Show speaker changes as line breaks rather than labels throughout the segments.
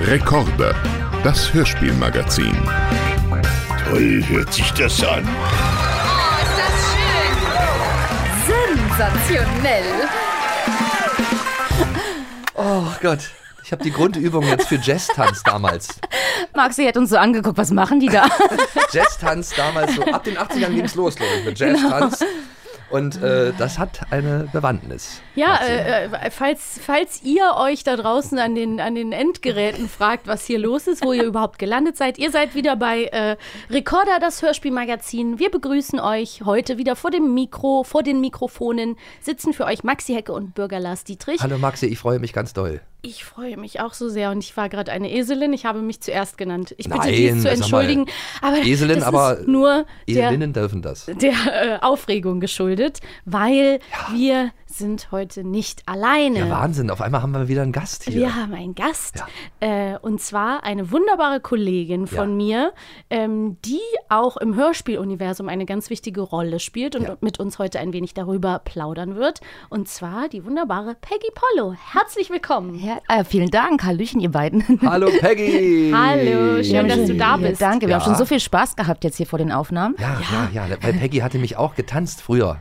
Rekorde, das Hörspielmagazin.
Toll hört sich das an.
Oh, ist das schön! Sensationell!
Oh Gott. Ich habe die Grundübung jetzt für Jazztanz damals.
Maxi hat uns so angeguckt, was machen die da?
Jazztanz damals so. Ab den 80ern ging es los, glaube ich, mit Jazztanz. Und äh, das hat eine Bewandtnis.
Ja,
Maxi.
äh, äh, falls, falls ihr euch da draußen an den, an den Endgeräten fragt, was hier los ist, wo ihr überhaupt gelandet seid, ihr seid wieder bei äh, Recorder, das Hörspielmagazin. Wir begrüßen euch heute wieder vor dem Mikro, vor den Mikrofonen sitzen für euch Maxi Hecke und Bürger Lars Dietrich.
Hallo Maxi, ich freue mich ganz doll.
Ich freue mich auch so sehr und ich war gerade eine Eselin. Ich habe mich zuerst genannt. Ich bitte
Nein,
dies zu
sag mal,
entschuldigen. Aber
Eselin,
das
aber
ist nur der
Eselinnen dürfen das.
der äh, Aufregung geschuldet, weil wir sind heute nicht alleine.
Ja, Wahnsinn, auf einmal haben wir wieder einen Gast hier.
wir haben einen Gast äh, und zwar eine wunderbare Kollegin von
Ja.
mir, ähm, die auch im Hörspieluniversum eine ganz wichtige Rolle spielt und
Ja.
mit uns heute ein wenig darüber plaudern wird. Und zwar die wunderbare Peggy Pollo. Herzlich willkommen.
Ja, äh, vielen Dank, Hallöchen, ihr beiden.
Hallo Peggy!
Hallo, schön, dass du
Ja,
da bist.
danke, wir
Ja.
haben schon so viel Spaß gehabt jetzt hier vor den Aufnahmen.
Ja, ja, ja, weil Peggy hatte mich auch getanzt früher.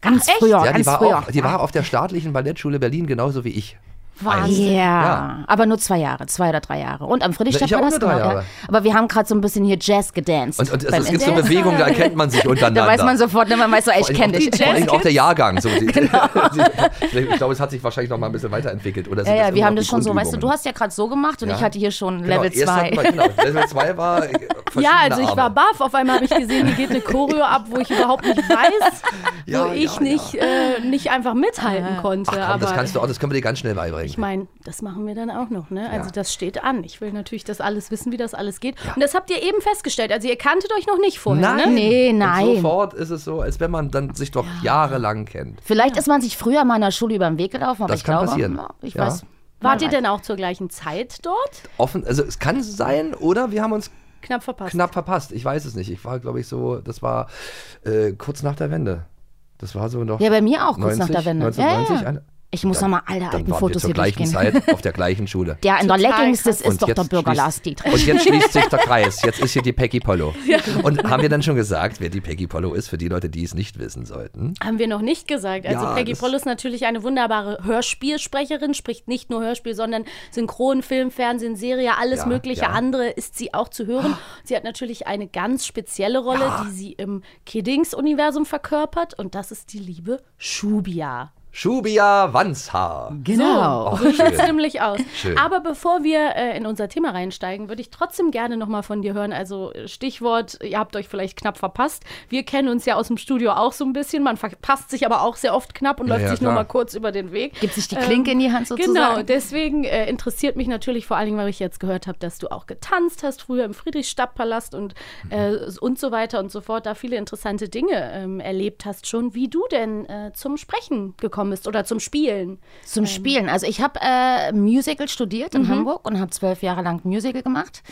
Ganz früher,
ja, die,
Oh, ganz
war
früher.
Auch, die war auf der staatlichen Ballettschule Berlin genauso wie ich.
Wahnsinn.
ja,
Ja.
aber nur zwei Jahre, zwei oder drei Jahre. Und am Friedrichstadt
Ich auch
war das
nur drei
genau.
Jahre.
Ja. Aber wir haben gerade so ein bisschen hier Jazz gedanced.
Und, und es,
beim
es gibt so
Interview.
Bewegungen, da erkennt man sich untereinander.
Da weiß man sofort, ne, man weiß so, ey, ich
Vor allem
kenne
auch-
dich.
Vor allem auch der Jahrgang. So.
Genau.
ich glaube, es hat sich wahrscheinlich noch mal ein bisschen weiterentwickelt. Oder sind
Ja, ja,
immer
wir haben
noch
das
die
schon so, weißt du, du
Grundübungen?
hast ja gerade so gemacht und
Ja.
ich hatte hier schon
Genau,
Level
erst hatten
2.
wir- Genau, Level 2 war äh, verschiedene
Ja, also ich war
Arme.
baff. Auf einmal habe ich gesehen, hier geht eine Choreo ab, wo ich überhaupt nicht weiß,
Ja,
wo
ja,
ich
ja.
Nicht, äh, nicht einfach mithalten konnte.
Ach komm,
aber
das kannst du auch, das können wir dir ganz schnell beibringen.
ich meine, das machen wir dann auch noch, ne? Also
Ja.
das steht an. Ich will natürlich das alles wissen, wie das alles geht. Und das habt ihr eben festgestellt. Also ihr kanntet euch noch nicht vorher,
Nein.
ne?
Nee,
Und
nein.
sofort ist es so, als wenn man dann sich doch jahrelang kennt.
Vielleicht ist man sich früher mal in der Schule über den Weg gelaufen, aber
Das
ich
kann
glaube,
passieren.
ja, ich
Ja.
weiß.
Wart ihr
man weiß.
denn auch zur gleichen Zeit dort?
Offen, also es kann sein, oder wir haben uns
Knapp verpasst.
knapp verpasst. Ich weiß es nicht. Ich war, glaube ich, so, das war äh, kurz nach der Wende. Das war so noch.
Ja, bei mir auch kurz nach
90,
der Wende. Ja,
1990,
ja.
eine-
Ich muss nochmal alle
Dann
alten
waren wir
Fotos
zur
hier
gleichen
durchgehen.
Zeit auf der gleichen Schule.
Der in der Leggings, das ist
Und
doch
jetzt
der Bürger
schließt-
Lars Dietrich.
Und jetzt schließt sich der Kreis. Jetzt ist hier die Peggy Polo. Und haben wir dann schon gesagt, wer die Peggy Polo ist, für die Leute, die es nicht wissen sollten?
Haben wir noch nicht gesagt. Also
Ja,
Peggy
das-
Poll ist natürlich eine wunderbare Hörspielsprecherin, spricht nicht nur Hörspiel, sondern Synchron, Film, Fernsehen, Serie, alles
Ja,
mögliche
ja. Ah.
andere ist sie auch zu hören. Sie hat natürlich eine ganz spezielle Rolle, die sie im Kiddings-Universum verkörpert und das ist die liebe Schubia.
Schubia Wanshaar.
Genau.
Ach, schön.
Sieht nämlich aus.
Schön.
Aber bevor wir äh, in unser Thema reinsteigen, würde ich trotzdem gerne nochmal von dir hören. Also äh, Stichwort, ihr habt euch vielleicht knapp verpasst. Wir kennen uns ja aus dem Studio auch so ein bisschen. Man verpasst sich aber auch sehr oft knapp und
Ja,
läuft
ja,
sich nur
klar.
mal kurz über den Weg. Ähm,
Gibt sich die Klinke in die Hand sozusagen?
Genau, deswegen äh, interessiert mich natürlich vor allen Dingen, weil ich jetzt gehört habe, dass du auch getanzt hast früher im Friedrichstadtpalast und,
Mhm.
äh, und so weiter und so fort, da viele interessante Dinge ähm, erlebt hast schon, wie du denn äh, zum Sprechen gekommen bist oder zum Spielen.
Zum Spielen. Also ich habe äh, Musical studiert in Hamburg und habe zwölf Jahre lang Musical gemacht.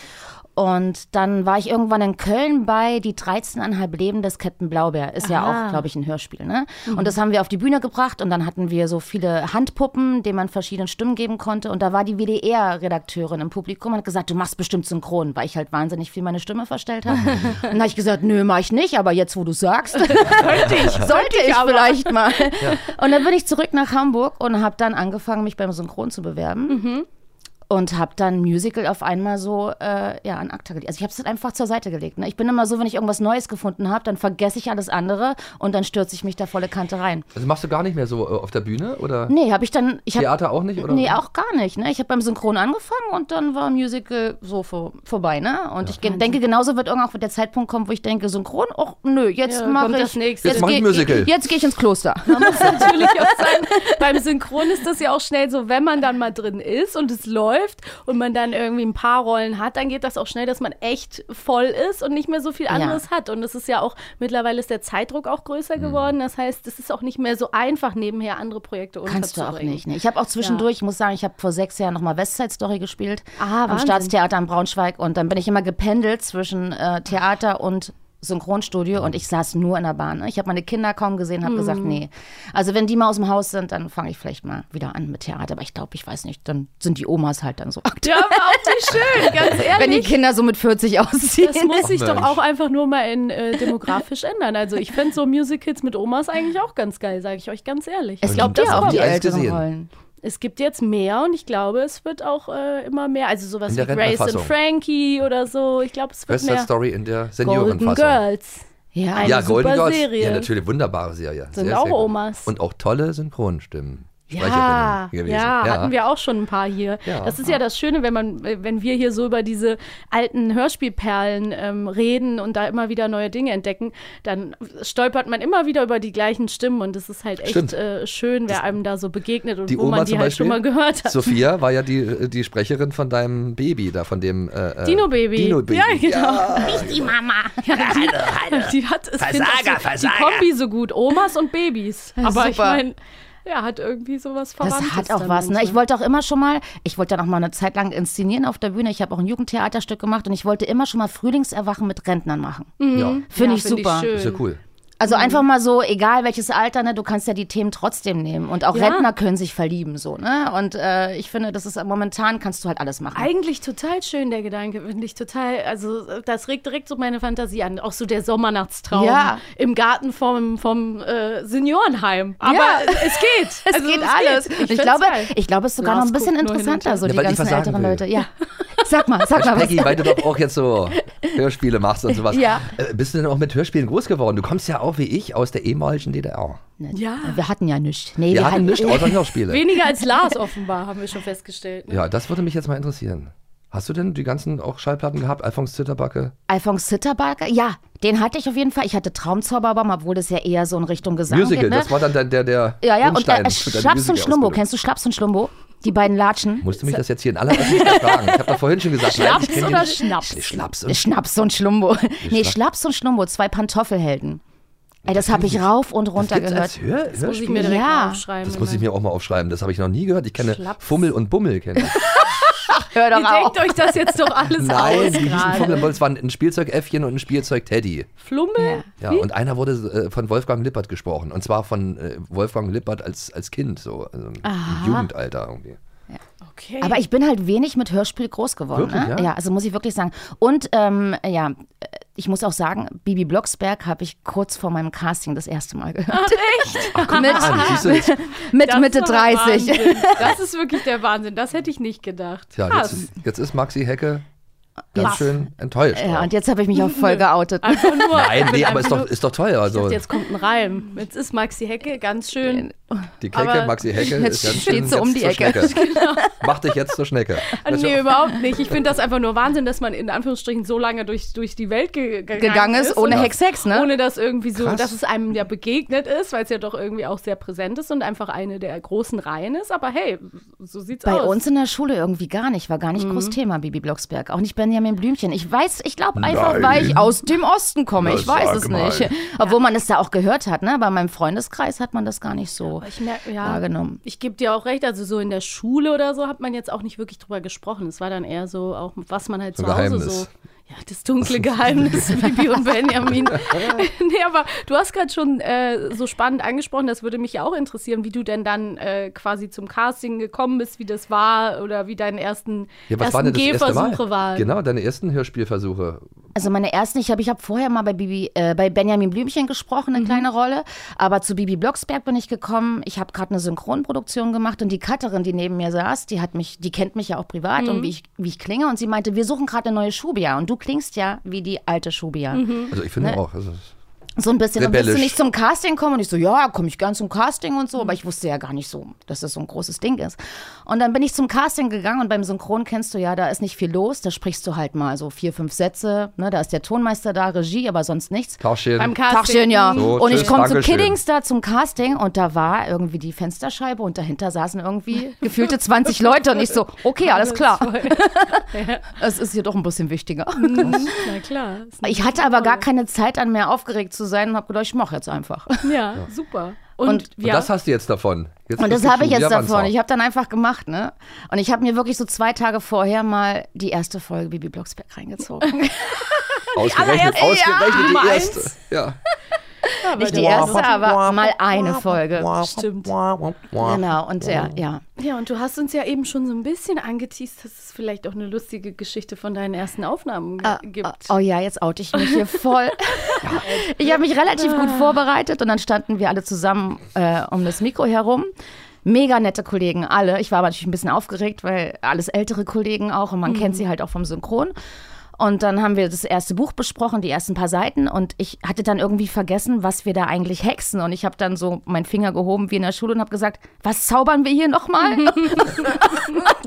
Und dann war ich irgendwann in Köln bei die 13,5 Leben des Captain Blaubeer. Ist ja auch, glaube ich, ein Hörspiel. Ne? Und das haben wir auf die Bühne gebracht und dann hatten wir so viele Handpuppen, denen man verschiedene Stimmen geben konnte. Und da war die WDR-Redakteurin im Publikum und hat gesagt, du machst bestimmt synchron, weil ich halt wahnsinnig viel meine Stimme verstellt habe. und dann habe ich gesagt, nö, mach ich nicht, aber jetzt, wo du sagst, sollte ich, sollte ich vielleicht mal. Und dann bin ich zurück nach Hamburg und habe dann angefangen, mich beim Synchron zu bewerben. Und habe dann Musical auf einmal so äh, ja, an Akta gelegt. Also ich habe es dann einfach zur Seite gelegt. Ne? Ich bin immer so, wenn ich irgendwas Neues gefunden habe, dann vergesse ich alles andere und dann stürze ich mich da volle Kante rein.
Also machst du gar nicht mehr so äh, auf der Bühne? Oder
Nee, habe ich dann... Ich hab,
Theater auch nicht? Oder?
Nee, auch gar nicht. Ne? Ich habe beim Synchron angefangen und dann war Musical so vor, vorbei. Ne? Und ich ge- denke, genauso wird irgendwann auch der Zeitpunkt kommen, wo ich denke, Synchron, ach nö, jetzt
Ja,
mache
kommt
ich...
das nächste.
Jetzt mach ich
geh-
Musical.
Jetzt gehe ich ins Kloster.
natürlich auch sein. Beim Synchron ist das ja auch schnell so, wenn man dann mal drin ist und es läuft und man dann irgendwie ein paar Rollen hat, dann geht das auch schnell, dass man echt voll ist und nicht mehr so viel anderes hat. Und es ist ja auch, mittlerweile ist der Zeitdruck auch
Hm.
größer geworden. Das heißt, es ist auch nicht mehr so einfach, nebenher andere Projekte
Kannst du auch
unterzubringen.
nicht. Ne? Ich habe auch zwischendurch, ich muss sagen, ich habe vor sechs Jahren nochmal Westside Story gespielt
Ah,
am
Wahnsinn.
Staatstheater in Braunschweig und dann bin ich immer gependelt zwischen äh, Theater und Synchronstudio und ich saß nur in der Bahn. ne? Ich habe meine Kinder kaum gesehen, habe gesagt,
Mhm.
nee. Also wenn die mal aus dem Haus sind, dann fange ich vielleicht mal wieder an mit Theater. Aber ich glaube, ich weiß nicht, dann sind die Omas halt dann so aktiv.
Ja, war auch nicht schön, ganz
Wenn die
ehrlich.
Kinder so mit 40 aussehen.
Das muss sich doch
Mensch.
auch einfach nur mal in, äh, demografisch ändern. Also ich fände so Musicals mit Omas eigentlich auch ganz geil, sage ich euch ganz ehrlich.
es gibt
das
ja auch
kommt.
die
Alles
älteren
gesehen.
Rollen.
Es gibt jetzt mehr und ich glaube, es wird auch äh, immer mehr. Also sowas
In
wie
der
Grace and
Rentnerfassung.
Frankie oder so. Ich glaube, es wird
West Side
mehr.
Story in der
Golden
Seniorenfassung.
Girls.
Ja,
Eine
Ja, Golden
super
Girls.
Serie.
Ja, natürlich, wunderbare Serie.
Sind auch Omas.
Und auch tolle Synchronstimmen.
Ja,
Sprecherinnen gewesen.
Ah, ja, hatten wir auch schon ein paar hier.
Ja.
Das ist ja das Schöne, wenn man, wenn wir hier so über diese alten Hörspielperlen ähm, reden und da immer wieder neue Dinge entdecken, dann stolpert man immer wieder über die gleichen Stimmen und es ist halt echt
Stimmt.
äh, schön, wer einem da so begegnet und
Die
wo
Oma
man die
zum
halt
Beispiel.
schon mal gehört hat.
Sophia war ja die, die Sprecherin von deinem Baby, da von dem äh, äh,
Dino Baby.
Dino Baby.
Ja, genau.
die Mama.
Die hat es
Versager,
findet sie-
Versager.
Die Kombi so gut, Omas und Babys. Aber ich
super.
meine, ja, hat irgendwie sowas
Das
Verwandtes
hat auch
dann
was. Ne? Ich
manchmal.
wollte auch immer schon mal, ich wollte dann auch mal eine Zeit lang inszenieren auf der Bühne. Ich habe auch ein Jugendtheaterstück gemacht und ich wollte immer schon mal Frühlingserwachen mit Rentnern machen.
genau.
Ja,
Finde
Hm, Ja,
ich
find
super.
schön. Hm.
ist ja cool.
also einfach mal so, egal welches Alter, ne, du kannst ja die Themen trotzdem nehmen. Und auch
Ja.
Rentner können sich verlieben so. Ne? Und äh, ich finde, das ist momentan kannst du halt alles machen.
Eigentlich total schön, der Gedanke, finde ich total. Also, das regt direkt so meine Fantasie an. Auch so der Sommernachtstraum
Ja.
im Garten vom, vom äh, Seniorenheim. Aber
Ja.
es geht.
Es
Also,
geht
es
alles.
geht.
Ich,
find's
glaube,
geil.
ich glaube, es ist sogar
Lars
noch ein bisschen
guckt nur hin und
interessanter, so
her.
die
Ja, weil ich
ganzen
was sagen
älteren
will.
Leute. Ja. Sag mal, sag mal was.
Becky, weil du doch auch jetzt so Hörspiele machst und sowas.
Ja.
Äh, bist du denn auch mit Hörspielen groß geworden? Du kommst ja auch wie ich aus der ehemaligen DDR.
Ja.
Wir hatten ja nichts. Nee,
Wir
wir
hatten nicht außer Hörspiele.
Weniger als Lars offenbar, haben wir schon festgestellt. Ne?
Ja, das würde mich jetzt mal interessieren. Hast du denn die ganzen auch Schallplatten gehabt? Alfons Zitterbacke?
Alphonse Zitterbarker? Ja, den hatte ich auf jeden Fall. Ich hatte Traumzauberbaum, obwohl das ja eher so in Richtung Gesang
Musical,
geht. Ne?
das war dann der, der, der
ja, ja, und
Grundstein
äh, äh,
für deine
Schlaps und Schlumbo.
Musical-Ausbildung.
Kennst du Schlaps und Schlumbo? Die beiden Latschen.
Musst du mich das jetzt hier in aller Öffentlichkeit fragen? Ich habe doch vorhin schon gesagt, nein, ich kenn die nicht.
Schnaps?
Schlaps und
Schnaps, und Schlumbo. Nee,
Schnaps-
Schlaps und Schlumbo, zwei Pantoffelhelden. Ey, das habe ich rauf und runter
Gibt's als
gehört.
Hör
Muss ich
Hörspiel?
mir direkt
Ja.
mal aufschreiben.
Das muss ich mir auch mal aufschreiben. Das habe ich noch nie gehört. Ich kenne
Schlaps.
Fummel und Bummel. Kenne. ich.
Hör
Ihr denkt euch das jetzt doch alles
Nein,
aus
die hießen Fummel
gerade.
und Bummel. Es waren ein Spielzeug-Äffchen und ein Spielzeug-Teddy.
Flummel?
Ja, und einer wurde äh, von Wolfgang Lippert gesprochen. Und zwar von äh, Wolfgang Lippert als, als Kind, so also im Jugendalter irgendwie.
Okay.
Aber ich bin halt wenig mit Hörspiel groß geworden.
Wirklich,
ne?
ja?
ja, also muss ich wirklich sagen. Und ähm, ja, ich muss auch sagen, Bibi Blocksberg habe ich kurz vor meinem Casting das erste Mal gehört.
Ach, guck mal an, siehst du jetzt?
mit
Das
Mitte
ist aber
30.
Wahnsinn. Das ist wirklich der Wahnsinn. Das hätte ich nicht gedacht.
Tja, jetzt
Krass.
ist, jetzt ist Maxi Hecke ganz schön enttäuscht.
Ja,
auch.
und jetzt habe ich mich auch voll geoutet.
Einfach nur.
Nein, nee,
mit
aber
einem
ist doch,
Minuten-
ist doch teuer.
Ich
Also,
dachte, jetzt kommt ein Reim. Jetzt ist Maxi Hecke ganz schön.
die Kecke,
aber
Maxi Hecke
jetzt
ist ganz
steht
schön
sie um
jetzt
die
zur
Ecke.
Schnecke. Mach dich jetzt zur Schnecke.
Ah, nee, überhaupt nicht. Ich finde das einfach nur Wahnsinn, dass man in Anführungsstrichen so lange durch, durch die Welt ge gegangen,
Gegangen ist, ohne
und-
Hex, Hex, ne?
Ohne dass irgendwie so,
Krass.
dass es einem ja begegnet ist, weil es ja doch irgendwie auch sehr präsent ist und einfach eine der großen Reihen ist. Aber hey, so sieht's
Bei
aus.
uns in der Schule irgendwie gar nicht, war gar
Mhm.
nicht groß Thema, Bibi Blocksberg. Auch nicht Benjamin Blümchen. Ich weiß, ich glaube einfach, weil ich aus dem Osten komme.
Na,
ich weiß
sag
es
mal.
nicht. Obwohl man es da auch gehört hat, ne? Bei meinem Freundeskreis hat man das gar nicht so.
Ich merke, ja,
wahrgenommen.
ich gebe dir auch recht, also so in der Schule oder so hat man jetzt auch nicht wirklich drüber gesprochen. Es war dann eher so auch, was man halt
So
zu Hause
Geheimnis.
so. Ja, das dunkle Geheimnis, Bibi und Benjamin. nee, aber du hast gerade schon äh, so spannend angesprochen, das würde mich ja auch interessieren, wie du denn dann äh, quasi zum Casting gekommen bist, wie das war oder wie deine ersten,
Ja, was war
ersten
denn das erste
Gehversuche
Mal?
waren.
Genau, deine ersten Hörspielversuche.
Also meine ersten, ich habe ich hab vorher mal bei, Bibi, äh, bei Benjamin Blümchen gesprochen, eine kleine Rolle. Aber zu Bibi Blocksberg bin ich gekommen. Ich habe gerade eine Synchronproduktion gemacht und die Cutterin, die neben mir saß, die hat mich, die kennt mich ja auch privat und wie ich, wie ich klinge. Und sie meinte, wir suchen gerade eine neue Schubia und du klingst ja wie die alte Schubia.
Mhm.
Also ich
Ne?
finde auch. Also,
So ein bisschen. Und willst du
Rebellisch.
nicht zum Casting kommen? Und ich so, ja, komme ich gern zum Casting und so. Aber ich wusste ja gar nicht so, dass das so ein großes Ding ist. Und dann bin ich zum Casting gegangen und beim Synchron kennst du ja, da ist nicht viel los. Da sprichst du halt mal so vier, fünf Sätze. Ne? Da ist der Tonmeister da, Regie, aber sonst nichts.
Tauschen.
Beim Casting.
Tagchen, ja.
So,
und ich
tschüss,
komme zu
Dankeschön.
Kiddings da zum Casting und da war irgendwie die Fensterscheibe und dahinter saßen irgendwie gefühlte 20 Leute und ich so, okay, alles klar. Es ist hier doch ein bisschen wichtiger.
Na klar. ist eine
Ich hatte aber gar keine Zeit an mehr aufgeregt zu sein und habe gedacht, ich mache jetzt einfach.
Ja, super. Und,
Und-
Und
ja,
das hast du jetzt davon. Jetzt
Und
ist
das
die
habe ich
Julia
jetzt davon.
Wanzer.
Ich habe dann einfach gemacht, ne? Und ich habe mir wirklich so zwei Tage vorher mal die erste Folge Bibi Blocksberg reingezogen.
Ausgerechnet,
allererste-
ausgerechnet
Ja,
die
Nummer
erste.
eins.
Ja.
Ja,
Nicht
weil
die
der-
erste, aber mal eine Folge.
Stimmt.
Genau, und ja, ja.
Ja, und du hast uns ja eben schon so ein bisschen angeteased, dass es vielleicht auch eine lustige Geschichte von deinen ersten Aufnahmen ge-
Ah,
äh, gibt.
ah, Oh ja, jetzt oute ich mich hier voll. ich habe mich relativ gut vorbereitet und dann standen wir alle zusammen äh, um das Mikro herum. Mega nette Kollegen, alle. Ich war aber natürlich ein bisschen aufgeregt, weil alles ältere Kollegen auch und man kennt sie halt auch vom Synchron. Und dann haben wir das erste Buch besprochen, die ersten paar Seiten. Und ich hatte dann irgendwie vergessen, was wir da eigentlich hexen. Und ich habe dann so meinen Finger gehoben wie in der Schule und habe gesagt, was zaubern wir hier nochmal?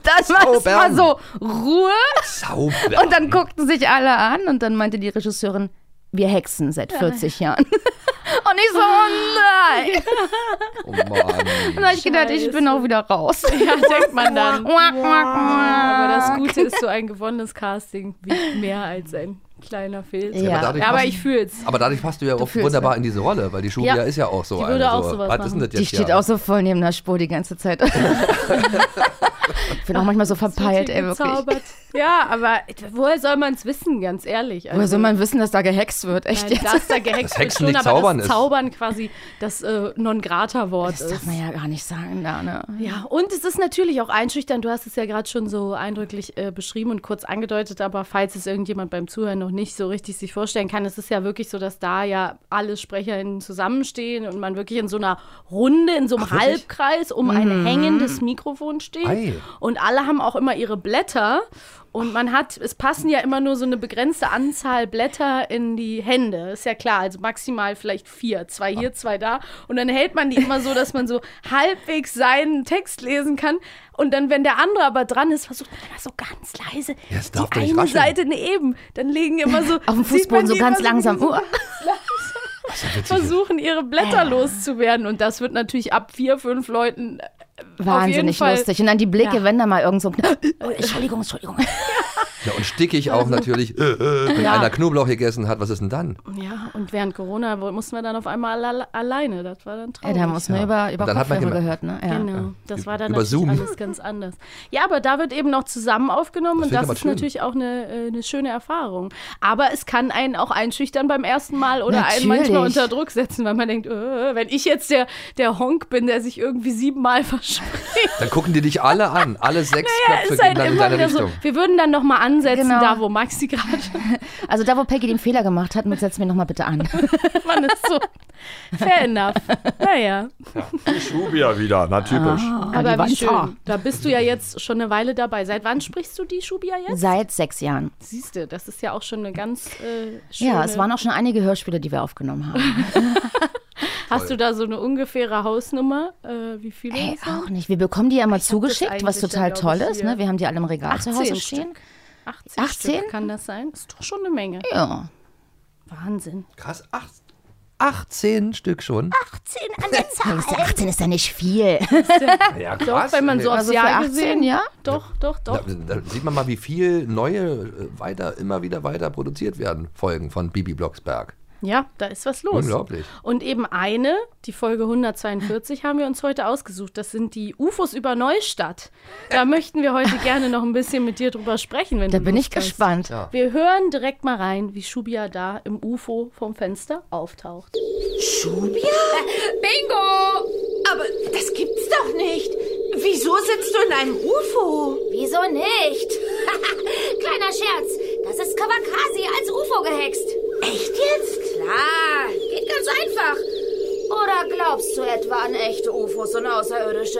das war es mal
Zaubern.
so Ruhe.
Sauber.
Und dann guckten sich alle an und dann meinte die Regisseurin, wir hexen seit 40 Jahren. Und ich so, oh nein.
Oh Mann.
Dann hab ich gedacht, ich bin auch wieder raus.
Ja, denkt man dann.
Quack, quack, quack.
Aber das Gute ist, so ein gewonnenes Casting wiegt mehr als ein kleiner Fehler.
Ja.
aber dadurch
aber
machst-
ich fühl's.
Aber dadurch passt du ja auch
fühlst
wunderbar in diese Rolle, weil die Schubia
Ja.
ist ja auch so
Die
eine.
würde auch
so,
sowas
was ist denn
machen.
das
Die
jetzt
steht
hier?
auch so voll neben der Spur die ganze Zeit. ich bin auch manchmal so verpeilt, ey, wirklich.
Gezaubert. Ja, aber woher soll man es wissen, ganz ehrlich? Also,
Woher soll man wissen, dass da gehext wird? Echt
Nein,
jetzt?
dass
Das
da gehext
Das
wird
Hexen
schon,
nicht
aber
zaubern
das
ist.
Zaubern quasi das äh, Non-Grata-Wort ist.
darf man ja gar nicht sagen da, ne?
Ja, und es ist natürlich auch einschüchternd. Du hast es ja gerade schon so eindrücklich äh, beschrieben und kurz angedeutet, aber falls es irgendjemand beim Zuhören noch nicht so richtig sich vorstellen kann, es ist ja wirklich so, dass da ja alle SprecherInnen zusammenstehen und man wirklich in so einer Runde, in so einem
Ach, wirklich? Mhm.
Halbkreis um ein hängendes Mikrofon steht.
Ei.
Und alle haben auch immer ihre Blätter. Und man hat, es passen ja immer nur so eine begrenzte Anzahl Blätter in die Hände. Ist ja klar, also maximal vielleicht vier. Zwei hier, zwei da. Und dann hält man die immer so, dass man so halbwegs seinen Text lesen kann. Und dann, wenn der andere aber dran ist, versucht man immer so ganz leise
Jetzt darf
die
der nicht
eine
rascheln.
Seite, nee, eben. Dann legen die immer so
Auf dem
sieht man
Fußboden so
die
ganz
immer
langsam. Uh,
mit diesen-
Uah.
versuchen, ihre Blätter loszuwerden. Und das wird natürlich ab vier, fünf Leuten jeden
Wahnsinnig
Fall.
lustig. Und dann die Blicke,
Ja.
wenn da mal irgend so ein oh, Entschuldigung, Entschuldigung.
Ja, und stickig auch natürlich. Äh, äh, wenn
Ja.
einer Knoblauch gegessen hat, was ist denn dann?
Ja, und während Corona wo- mussten wir dann auf einmal alle, alleine. Das war dann
Ja,
traurig.
da muss man über, über
Und dann hat man
Kopfhörer
gemerkt-
gehört, ne? Ja.
Oh, Genau, das war dann
Über
natürlich
Zoom.
alles ganz anders. Ja, aber da wird eben noch zusammen aufgenommen
Das finde
und das
ich
ist
aber schön.
natürlich auch eine, äh, eine schöne Erfahrung. Aber es kann einen auch einschüchtern beim ersten Mal oder einen
Natürlich.
manchmal unter Druck setzen, weil man denkt, äh, wenn ich jetzt der, der Honk bin, der sich irgendwie siebenmal verspricht.
Dann gucken die dich alle an. Alle sechs
Ja,
Köpfe
ist
gehen
halt
dann in
immer
deine
wieder so.
Richtung.
Wir würden dann nochmal ansetzen,
Genau.
da wo Maxi gerade
Also da, wo Peggy den Fehler gemacht hat, mit setzen wir nochmal bitte an.
man ist so. Fair enough. Naja.
Schubia wieder, na typisch.
die
Aber
waren
wie schön.
scharf.
Da bist du ja jetzt schon eine Weile dabei. Seit wann sprichst du die Schubia jetzt?
Seit sechs Jahren.
Siehst du, das ist ja auch schon eine ganz äh, schöne.
Ja, es waren auch schon einige Hörspiele, die wir aufgenommen haben.
Hast du da so eine ungefähre Hausnummer? Äh, wie viele?
Ey,
es sind?
auch nicht. Wir bekommen die ja mal
das
zugeschickt, was
eigentlich
total
dann, glaub
toll
ich,
ist.
hier.
Ne? Wir haben die alle im Regal zu
18
Hause stehen.
Stück. 18?
18?
Stück, kann das sein? Ist doch schon eine Menge.
Ja.
Wahnsinn.
Krass, acht, 18 Stück schon.
18 ist ja nicht viel.
Ja,
Doch, wenn man so aufs
Also für
Jahr
18,
gesehen,
ja?
Doch, doch,
Da,
doch.
da sieht man mal, wie viel neue, äh, weiter, immer wieder weiter produziert werden, Folgen von Bibi Blocksberg.
Ja, da ist was los.
Unglaublich.
Und eben eine, die Folge 142, haben wir uns heute ausgesucht. Das sind die UFOs über Neustadt. Da möchten wir heute gerne noch ein bisschen mit dir drüber sprechen, wenn
Da
du
bin ich
Lust hast.
gespannt.
Ja.
Wir hören direkt mal rein, wie Shubia da im UFO vom Fenster auftaucht.
Bingo! Aber das gibt's doch nicht. Wieso sitzt du in einem UFO?
Wieso nicht? Kleiner Scherz, das ist Kawakasi als UFO gehext.
Echt jetzt?
Klar, geht ganz einfach. Oder glaubst du etwa an echte UFOs und Außerirdische?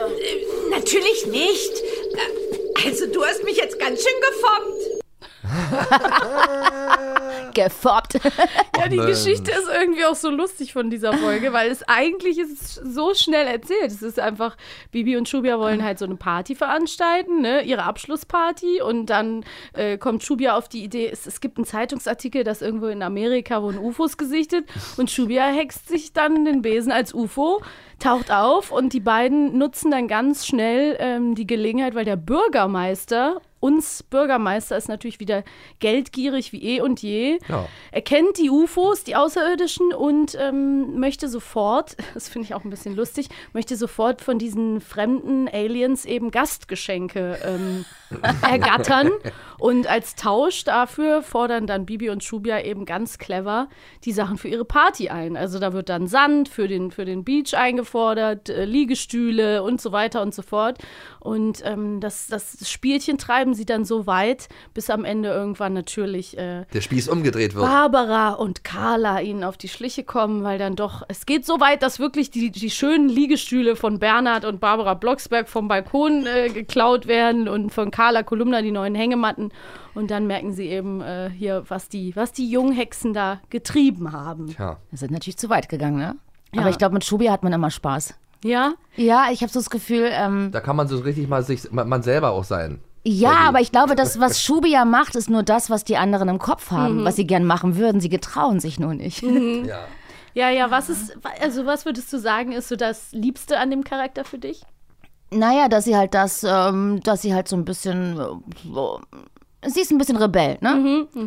Äh, Natürlich nicht. Äh, Also du hast mich jetzt ganz schön gefoppt.
Gefoppt.
Ja, die
Mann.
Geschichte ist irgendwie auch so lustig von dieser Folge, weil es eigentlich ist es so schnell erzählt. Es ist einfach, Bibi und Shubia wollen halt so eine Party veranstalten, ne? ihre Abschlussparty. Und dann äh, kommt Shubia auf die Idee, es, es gibt einen Zeitungsartikel, dass irgendwo in Amerika wurden UFOs gesichtet. Und Shubia hext sich dann den Besen als UFO, taucht auf und die beiden nutzen dann ganz schnell ähm, die Gelegenheit, weil der Bürgermeister uns Bürgermeister ist natürlich wieder geldgierig wie eh und je.
Ja.
Er erkennt die UFOs, die Außerirdischen und ähm, möchte sofort, das finde ich auch ein bisschen lustig, möchte sofort von diesen fremden Aliens eben Gastgeschenke ähm, ergattern. Und als Tausch dafür fordern dann Bibi und Shubia eben ganz clever die Sachen für ihre Party ein. Also da wird dann Sand für den, für den Beach eingefordert, äh, Liegestühle und so weiter und so fort. Und ähm, das, das Spielchen treiben sie dann so weit, bis am Ende irgendwann natürlich äh,
Der Spieß umgedreht wird.
Barbara und Carla ihnen auf die Schliche kommen, weil dann doch, es geht so weit, dass wirklich die, die schönen Liegestühle von Bernhard und Barbara Blocksberg vom Balkon äh, geklaut werden und von Carla Kolumna die neuen Hängematten. Und dann merken sie eben äh, hier, was die, was die Junghexen da getrieben haben.
Tja.
Wir sind natürlich zu weit gegangen, ne?
Ja.
Aber ich glaube, mit Schubi hat man immer Spaß.
Ja?
Ja, ich habe so das Gefühl, ähm,
Da kann man so richtig mal sich, man, man selber auch sein.
ja, aber ich glaube, das, was Schubi ja macht, ist nur das, was die anderen im Kopf haben, was sie gern machen würden. Sie getrauen sich nur nicht.
Ja.
Ja, ja, was ist, also was würdest du sagen, ist so das Liebste an dem Charakter für dich?
Naja, dass sie halt das, ähm, dass sie halt so ein bisschen, äh, so- sie ist ein bisschen Rebell, ne?
Mhm,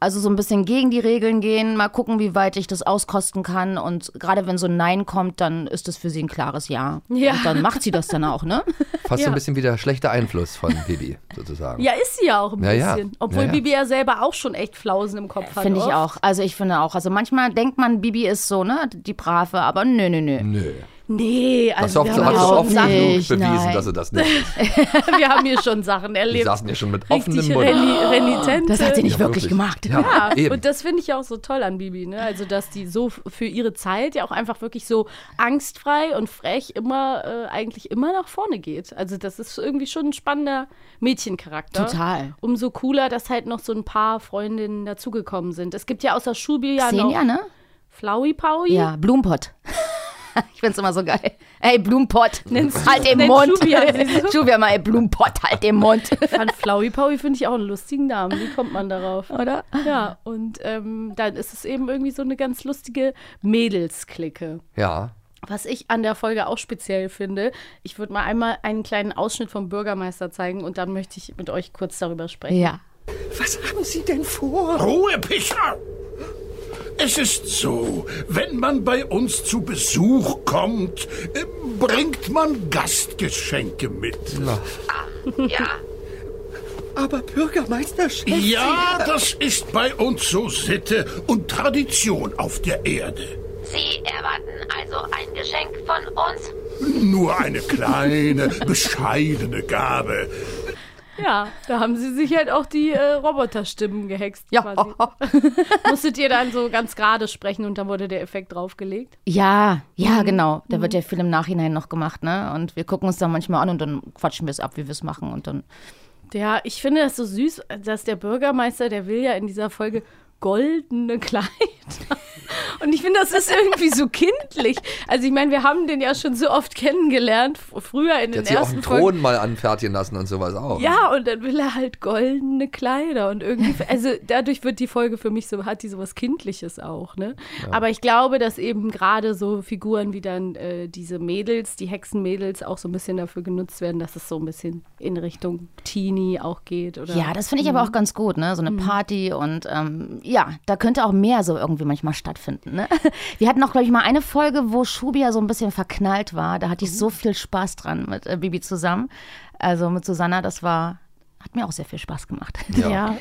Also so ein bisschen gegen die Regeln gehen, mal gucken, wie weit ich das auskosten kann. Und gerade wenn so ein Nein kommt, dann ist das für sie ein klares Ja.
Ja.
Und dann macht sie das dann auch, ne?
Fast so
Ja.
ein bisschen wie der schlechte Einfluss von Bibi, sozusagen.
Ja, ist sie ja auch ein
Ja, ja.
bisschen. Obwohl
Ja, ja.
Bibi ja selber auch schon echt Flausen im Kopf hat.
Finde ich
oft.
auch. Also ich finde auch. Also manchmal denkt man, Bibi ist so, ne? Die Brave, aber nö, nö, nö.
Nö.
Nee,
Das
also wir
hat
haben,
sie
hier
auch
schon
oft
gesagt.
Sachen,
genug
nicht,
bewiesen,
nein.
dass sie das nicht ist.
wir haben hier schon Sachen
Die
erlebt.
saßen ja schon mit offenem
Richtig
Mund.
reni renitente.
Das hat sie nicht
Ja,
wirklich,
wirklich.
gemacht.
Ja,
Ja,
eben.
und das finde ich ja auch so toll an Bibi, ne? Also, dass die so f- für ihre Zeit ja auch einfach wirklich so angstfrei und frech immer, äh, eigentlich immer nach vorne geht. Also, das ist irgendwie schon ein spannender Mädchencharakter.
Total.
Umso cooler, dass halt noch so ein paar Freundinnen dazugekommen sind. Es gibt ja außer Schubi ja noch
Xenia, ne?
Flowey Powie.
Ja, Blumenpott. ich find's immer so geil. Ey, Blumenpott, halt den
nennt
Mund.
Schubia sie so?
Schubia mal, ey, Blumenpott, halt den Mund.
Fand Flowey Powie finde ich auch einen lustigen Namen. Wie kommt man darauf?
Oder?
Ja, und ähm, dann ist es eben irgendwie so eine ganz lustige Mädelsklicke.
Ja.
Was ich an der Folge auch speziell finde, ich würde mal einmal einen kleinen Ausschnitt vom Bürgermeister zeigen und dann möchte ich mit euch kurz darüber sprechen.
Ja.
Was haben Sie denn vor?
Ruhe, Pichler! Es ist so, wenn man bei uns zu Besuch kommt, äh, bringt man Gastgeschenke mit.
Aber Bürgermeister Schäfer.
Ja, das ist bei uns so Sitte und Tradition auf der Erde.
Sie erwarten also ein Geschenk von uns?
Nur eine kleine, bescheidene Gabe.
Ja, da haben sie sich halt auch die äh, Roboterstimmen gehext.
Ja.
quasi. Musstet ihr dann so ganz gerade sprechen und dann wurde der Effekt draufgelegt.
Ja,
Mhm.
ja, genau. Da wird ja viel im Nachhinein noch gemacht, ne? Und wir gucken uns dann manchmal an und dann quatschen wir es ab, wie wir es machen. Und dann.
Ja, ich finde das so süß, dass der Bürgermeister, der will ja in dieser Folge goldene Kleider. Und ich finde, das ist irgendwie so kindlich. Also ich meine, wir haben den ja schon so oft kennengelernt, f- früher in
Die
den
hat sich auch
ersten
einen
Folgen.
Thron mal anfertigen lassen und sowas auch.
Ja, und dann will er halt goldene Kleider und irgendwie, also dadurch wird die Folge für mich so, hat die sowas Kindliches auch, ne? Aber ich glaube, dass eben gerade so Figuren wie dann äh, diese Mädels, die Hexenmädels auch so ein bisschen dafür genutzt werden, dass es so ein bisschen in Richtung Teenie auch geht, oder?
Ja, das finde ich aber auch ganz gut, ne? So eine Party und ähm, ja, da könnte auch mehr so irgendwie manchmal stattfinden, ne? Wir hatten auch, glaube ich, mal eine Folge, wo Schubia so ein bisschen verknallt war. Da hatte ich so viel Spaß dran mit äh, Bibi zusammen. Also mit Susanna, das war. Hat mir auch sehr viel Spaß gemacht.
Ja,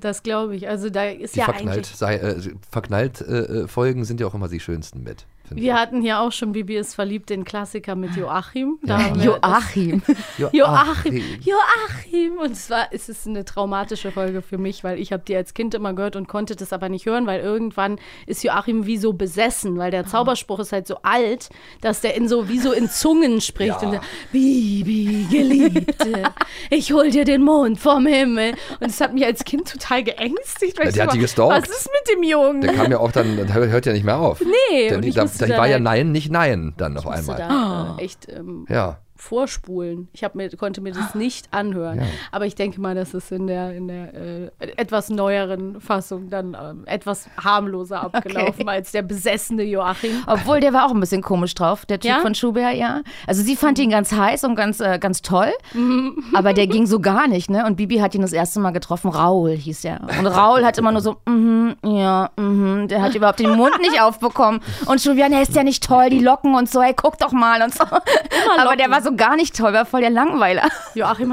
das glaube ich. Also da ist
Die
ja
verknallt,
eigentlich.
sei, äh, verknallt äh, äh, Folgen sind ja auch immer die schönsten mit. finde
Wir hatten ja auch schon Bibi ist verliebt, den Klassiker mit Joachim. Da haben wir-
Joachim.
ich. Jo-
Joachim,
Ach, die-
Joachim. Und zwar ist es eine traumatische Folge für mich, weil ich habe die als Kind immer gehört und konnte das aber nicht hören, weil irgendwann ist Joachim wie so besessen, weil der Zauberspruch ist halt so alt, dass der in so wie so in Zungen spricht. Und der, Bibi, Geliebte, ich hol dir den Mond vom Himmel. Und das hat mich als Kind total geängstigt. Weil
Ja,
ich
der hat
so
die
war,
gestalkt.
Was ist mit dem Jungen?
Der kam ja auch dann, der hört ja nicht mehr auf.
Nee,
Der,
und ich
da,
musste
da
dann
war ja
halt-
Nein, nicht Nein dann auf
Musste
einmal. Ah.
da, äh, echt ähm,
Ja.
vorspulen. Ich hab mir, konnte mir das nicht anhören.
Ja.
Aber ich denke mal, dass es in der, in der äh, etwas neueren Fassung dann ähm, etwas harmloser abgelaufen war als der besessene Joachim.
Obwohl, der war auch ein bisschen komisch drauf, der Typ
Ja?
von Schubert, ja. Also sie fand ihn ganz heiß und ganz, äh, ganz toll, aber der ging so gar nicht, ne? Und Bibi hat ihn das erste Mal getroffen, Raul hieß der. Und Raul hat immer nur so, mhm, ja, mhm, der hat überhaupt den Mund nicht aufbekommen. Und Schubert, der ist ja nicht toll, die Locken und so, hey, guck doch mal und so. Aber der
Locken.
war so gar nicht toll, war voll der Langweiler.
Joachim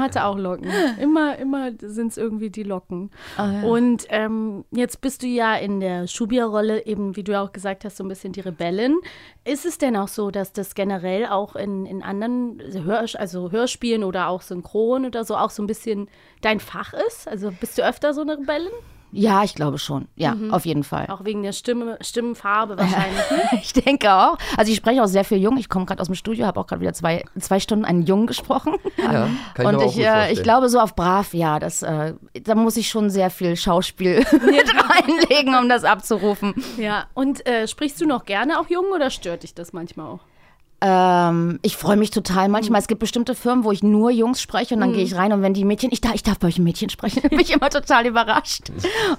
hatte auch Locken. Immer, immer sind es irgendwie die Locken.
Ah,
Und ähm, jetzt bist du ja in der Schubia-Rolle, eben wie du ja auch gesagt hast, so ein bisschen die Rebellin. Ist es denn auch so, dass das generell auch in, in anderen Hör, also Hörspielen oder auch Synchron oder so auch so ein bisschen dein Fach ist? Also bist du öfter so eine Rebellin?
Ja, ich glaube schon. Ja,
Mhm.
auf jeden Fall.
Auch wegen der Stimme, Stimmenfarbe wahrscheinlich. ne?
Ich denke auch. Also ich spreche auch sehr viel jung. Ich komme gerade aus dem Studio, habe auch gerade wieder zwei, zwei Stunden einen Jungen gesprochen.
Ja, kann ich mir
Und
auch
ich,
gut
äh, ich
vorstellen.
glaube so auf Brav, ja, das, äh, da muss ich schon sehr viel Schauspiel mit reinlegen, um das abzurufen.
ja. Und äh, sprichst du noch gerne auch jung oder stört dich das manchmal auch?
Ähm, ich freue mich total manchmal. Es gibt bestimmte Firmen, wo ich nur Jungs spreche und dann gehe ich rein und wenn die Mädchen, ich darf, ich darf bei euch ein Mädchen sprechen, bin ich immer total überrascht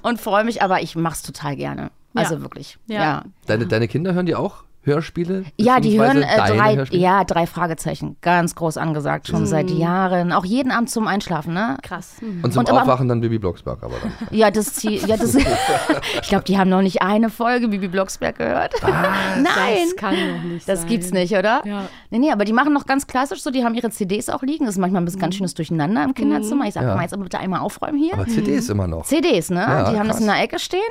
und freue mich, aber ich mache es total gerne. Also wirklich.
Ja.
ja.
Deine, deine Kinder hören die auch Hörspiele?
Ja, die hören
Beziehungsweise
äh,
deine
drei,
Hörspiele? Mhm.
ja, drei Fragezeichen. Ganz groß angesagt, schon seit Jahren. Auch jeden Abend zum Einschlafen, ne?
Krass.
Und zum
Und aber-
Aufwachen dann Bibi Blocksberg aber dann.
Ja, das Ziel, ja, das, ich glaube, die haben noch nicht eine Folge Bibi Blocksberg gehört. Nein,
Das kann doch nicht
das
sein.
gibt's nicht, oder?
Ja.
Nee, nee, aber die machen noch ganz klassisch so, die haben ihre CDs auch liegen. Das ist manchmal ein bisschen ganz
Mhm.
schönes Durcheinander im Kinderzimmer. Ich sag mal, jetzt aber bitte einmal aufräumen hier.
Aber CDs immer noch.
CDs, ne?
Ja,
die haben das in
krass.
der Ecke stehen.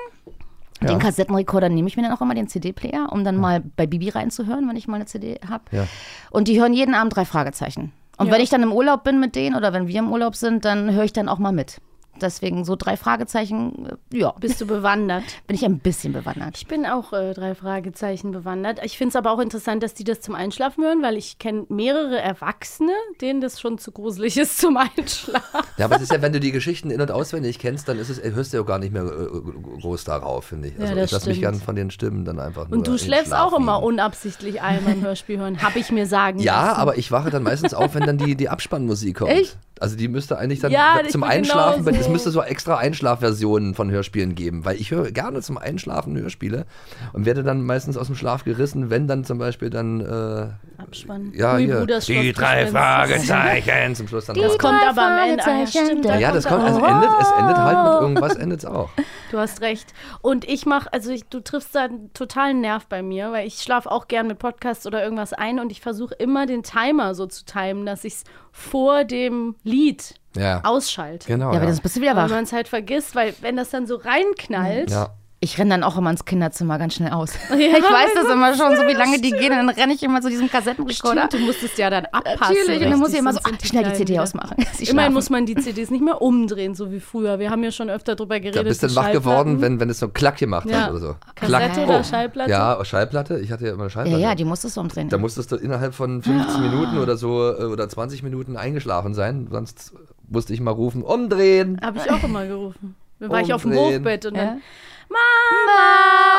Den Kassettenrekorder nehme ich mir dann auch immer, den CD-Player, um dann mal bei Bibi reinzuhören, wenn ich mal eine CD habe.
Ja.
Und die hören jeden Abend drei Fragezeichen. Und wenn ich dann im Urlaub bin mit denen oder wenn wir im Urlaub sind, dann höre ich dann auch mal mit. Deswegen so drei Fragezeichen, äh, ja,
Bist du bewandert?
bin ich ein bisschen bewandert.
Ich bin auch äh, drei Fragezeichen bewandert. Ich finde es aber auch interessant, dass die das zum Einschlafen hören, weil ich kenne mehrere Erwachsene, denen das schon zu gruselig ist zum Einschlafen.
Ja, aber es ist ja, wenn du die Geschichten in- und auswendig kennst, dann ist es, hörst du ja auch gar nicht mehr äh, groß darauf, finde ich. Also
das
ich lasse mich
stimmt.
gern von den Stimmen dann einfach nur
Und du
in den
schläfst
Schlaf
auch immer
wiegen.
unabsichtlich ein beim Hörspiel hören, habe ich mir sagen
Ja,
lassen.
aber ich wache dann meistens auf, wenn dann die, die Abspannmusik kommt.
Echt?
Also die müsste eigentlich dann
Ja, ich
zum
bin
Einschlafen,
genauso.
es müsste so extra Einschlafversionen von Hörspielen geben, weil ich höre gerne zum Einschlafen Hörspiele und werde dann meistens aus dem Schlaf gerissen, wenn dann zum Beispiel dann äh,
Abspannen.
ja,
Hui,
hier,
Bruder,
die
Stopp,
drei
Gespenst.
Fragezeichen zum Schluss dann.
Das
raus.
kommt aber am Ende. Ah, ja, stimmt, da
ja, das kommt, also endet, es endet halt mit irgendwas, endet es auch.
Du hast recht. Und ich mache, also ich, du triffst da einen totalen Nerv bei mir, weil ich schlafe auch gern mit Podcasts oder irgendwas ein und ich versuche immer den Timer so zu timen, dass ich es vor dem Lied
Ja.
ausschalte.
Genau.
ja, aber
ja.
das bist du wieder
Weil
wach.
man es halt vergisst, weil wenn das dann so reinknallt,
ja.
Ich renne dann auch immer ins Kinderzimmer ganz schnell aus. ich weiß das immer schon, so wie lange die gehen, dann renne ich immer zu diesem Kassettenrekorder.
stimmt, du musst es ja dann abpassen.
Natürlich, und dann muss ich
richtig,
immer so,
sonst sind
ah, schnell die
Kleinen
CD
wieder-
ausmachen. Sie
Immerhin
schlafen.
muss man die CDs nicht mehr umdrehen, so wie früher. Wir haben ja schon öfter drüber geredet.
Da bist du
die
wach geworden,
Schallplatten.
wenn, wenn es so Klack gemacht
Ja.
hat oder so.
Kassette
Klack.
oder Schallplatte?
Ja, oh, Schallplatte. Ich hatte ja immer eine
ja,
Schallplatte.
ja, die musstest du umdrehen.
Da musstest du innerhalb von
Ah.
15 Minuten oder so äh, oder 20 Minuten eingeschlafen sein, sonst musste ich mal rufen, umdrehen.
Habe ich auch immer gerufen. Da war ich auf dem
Umdrehen.
Hochbett und dann.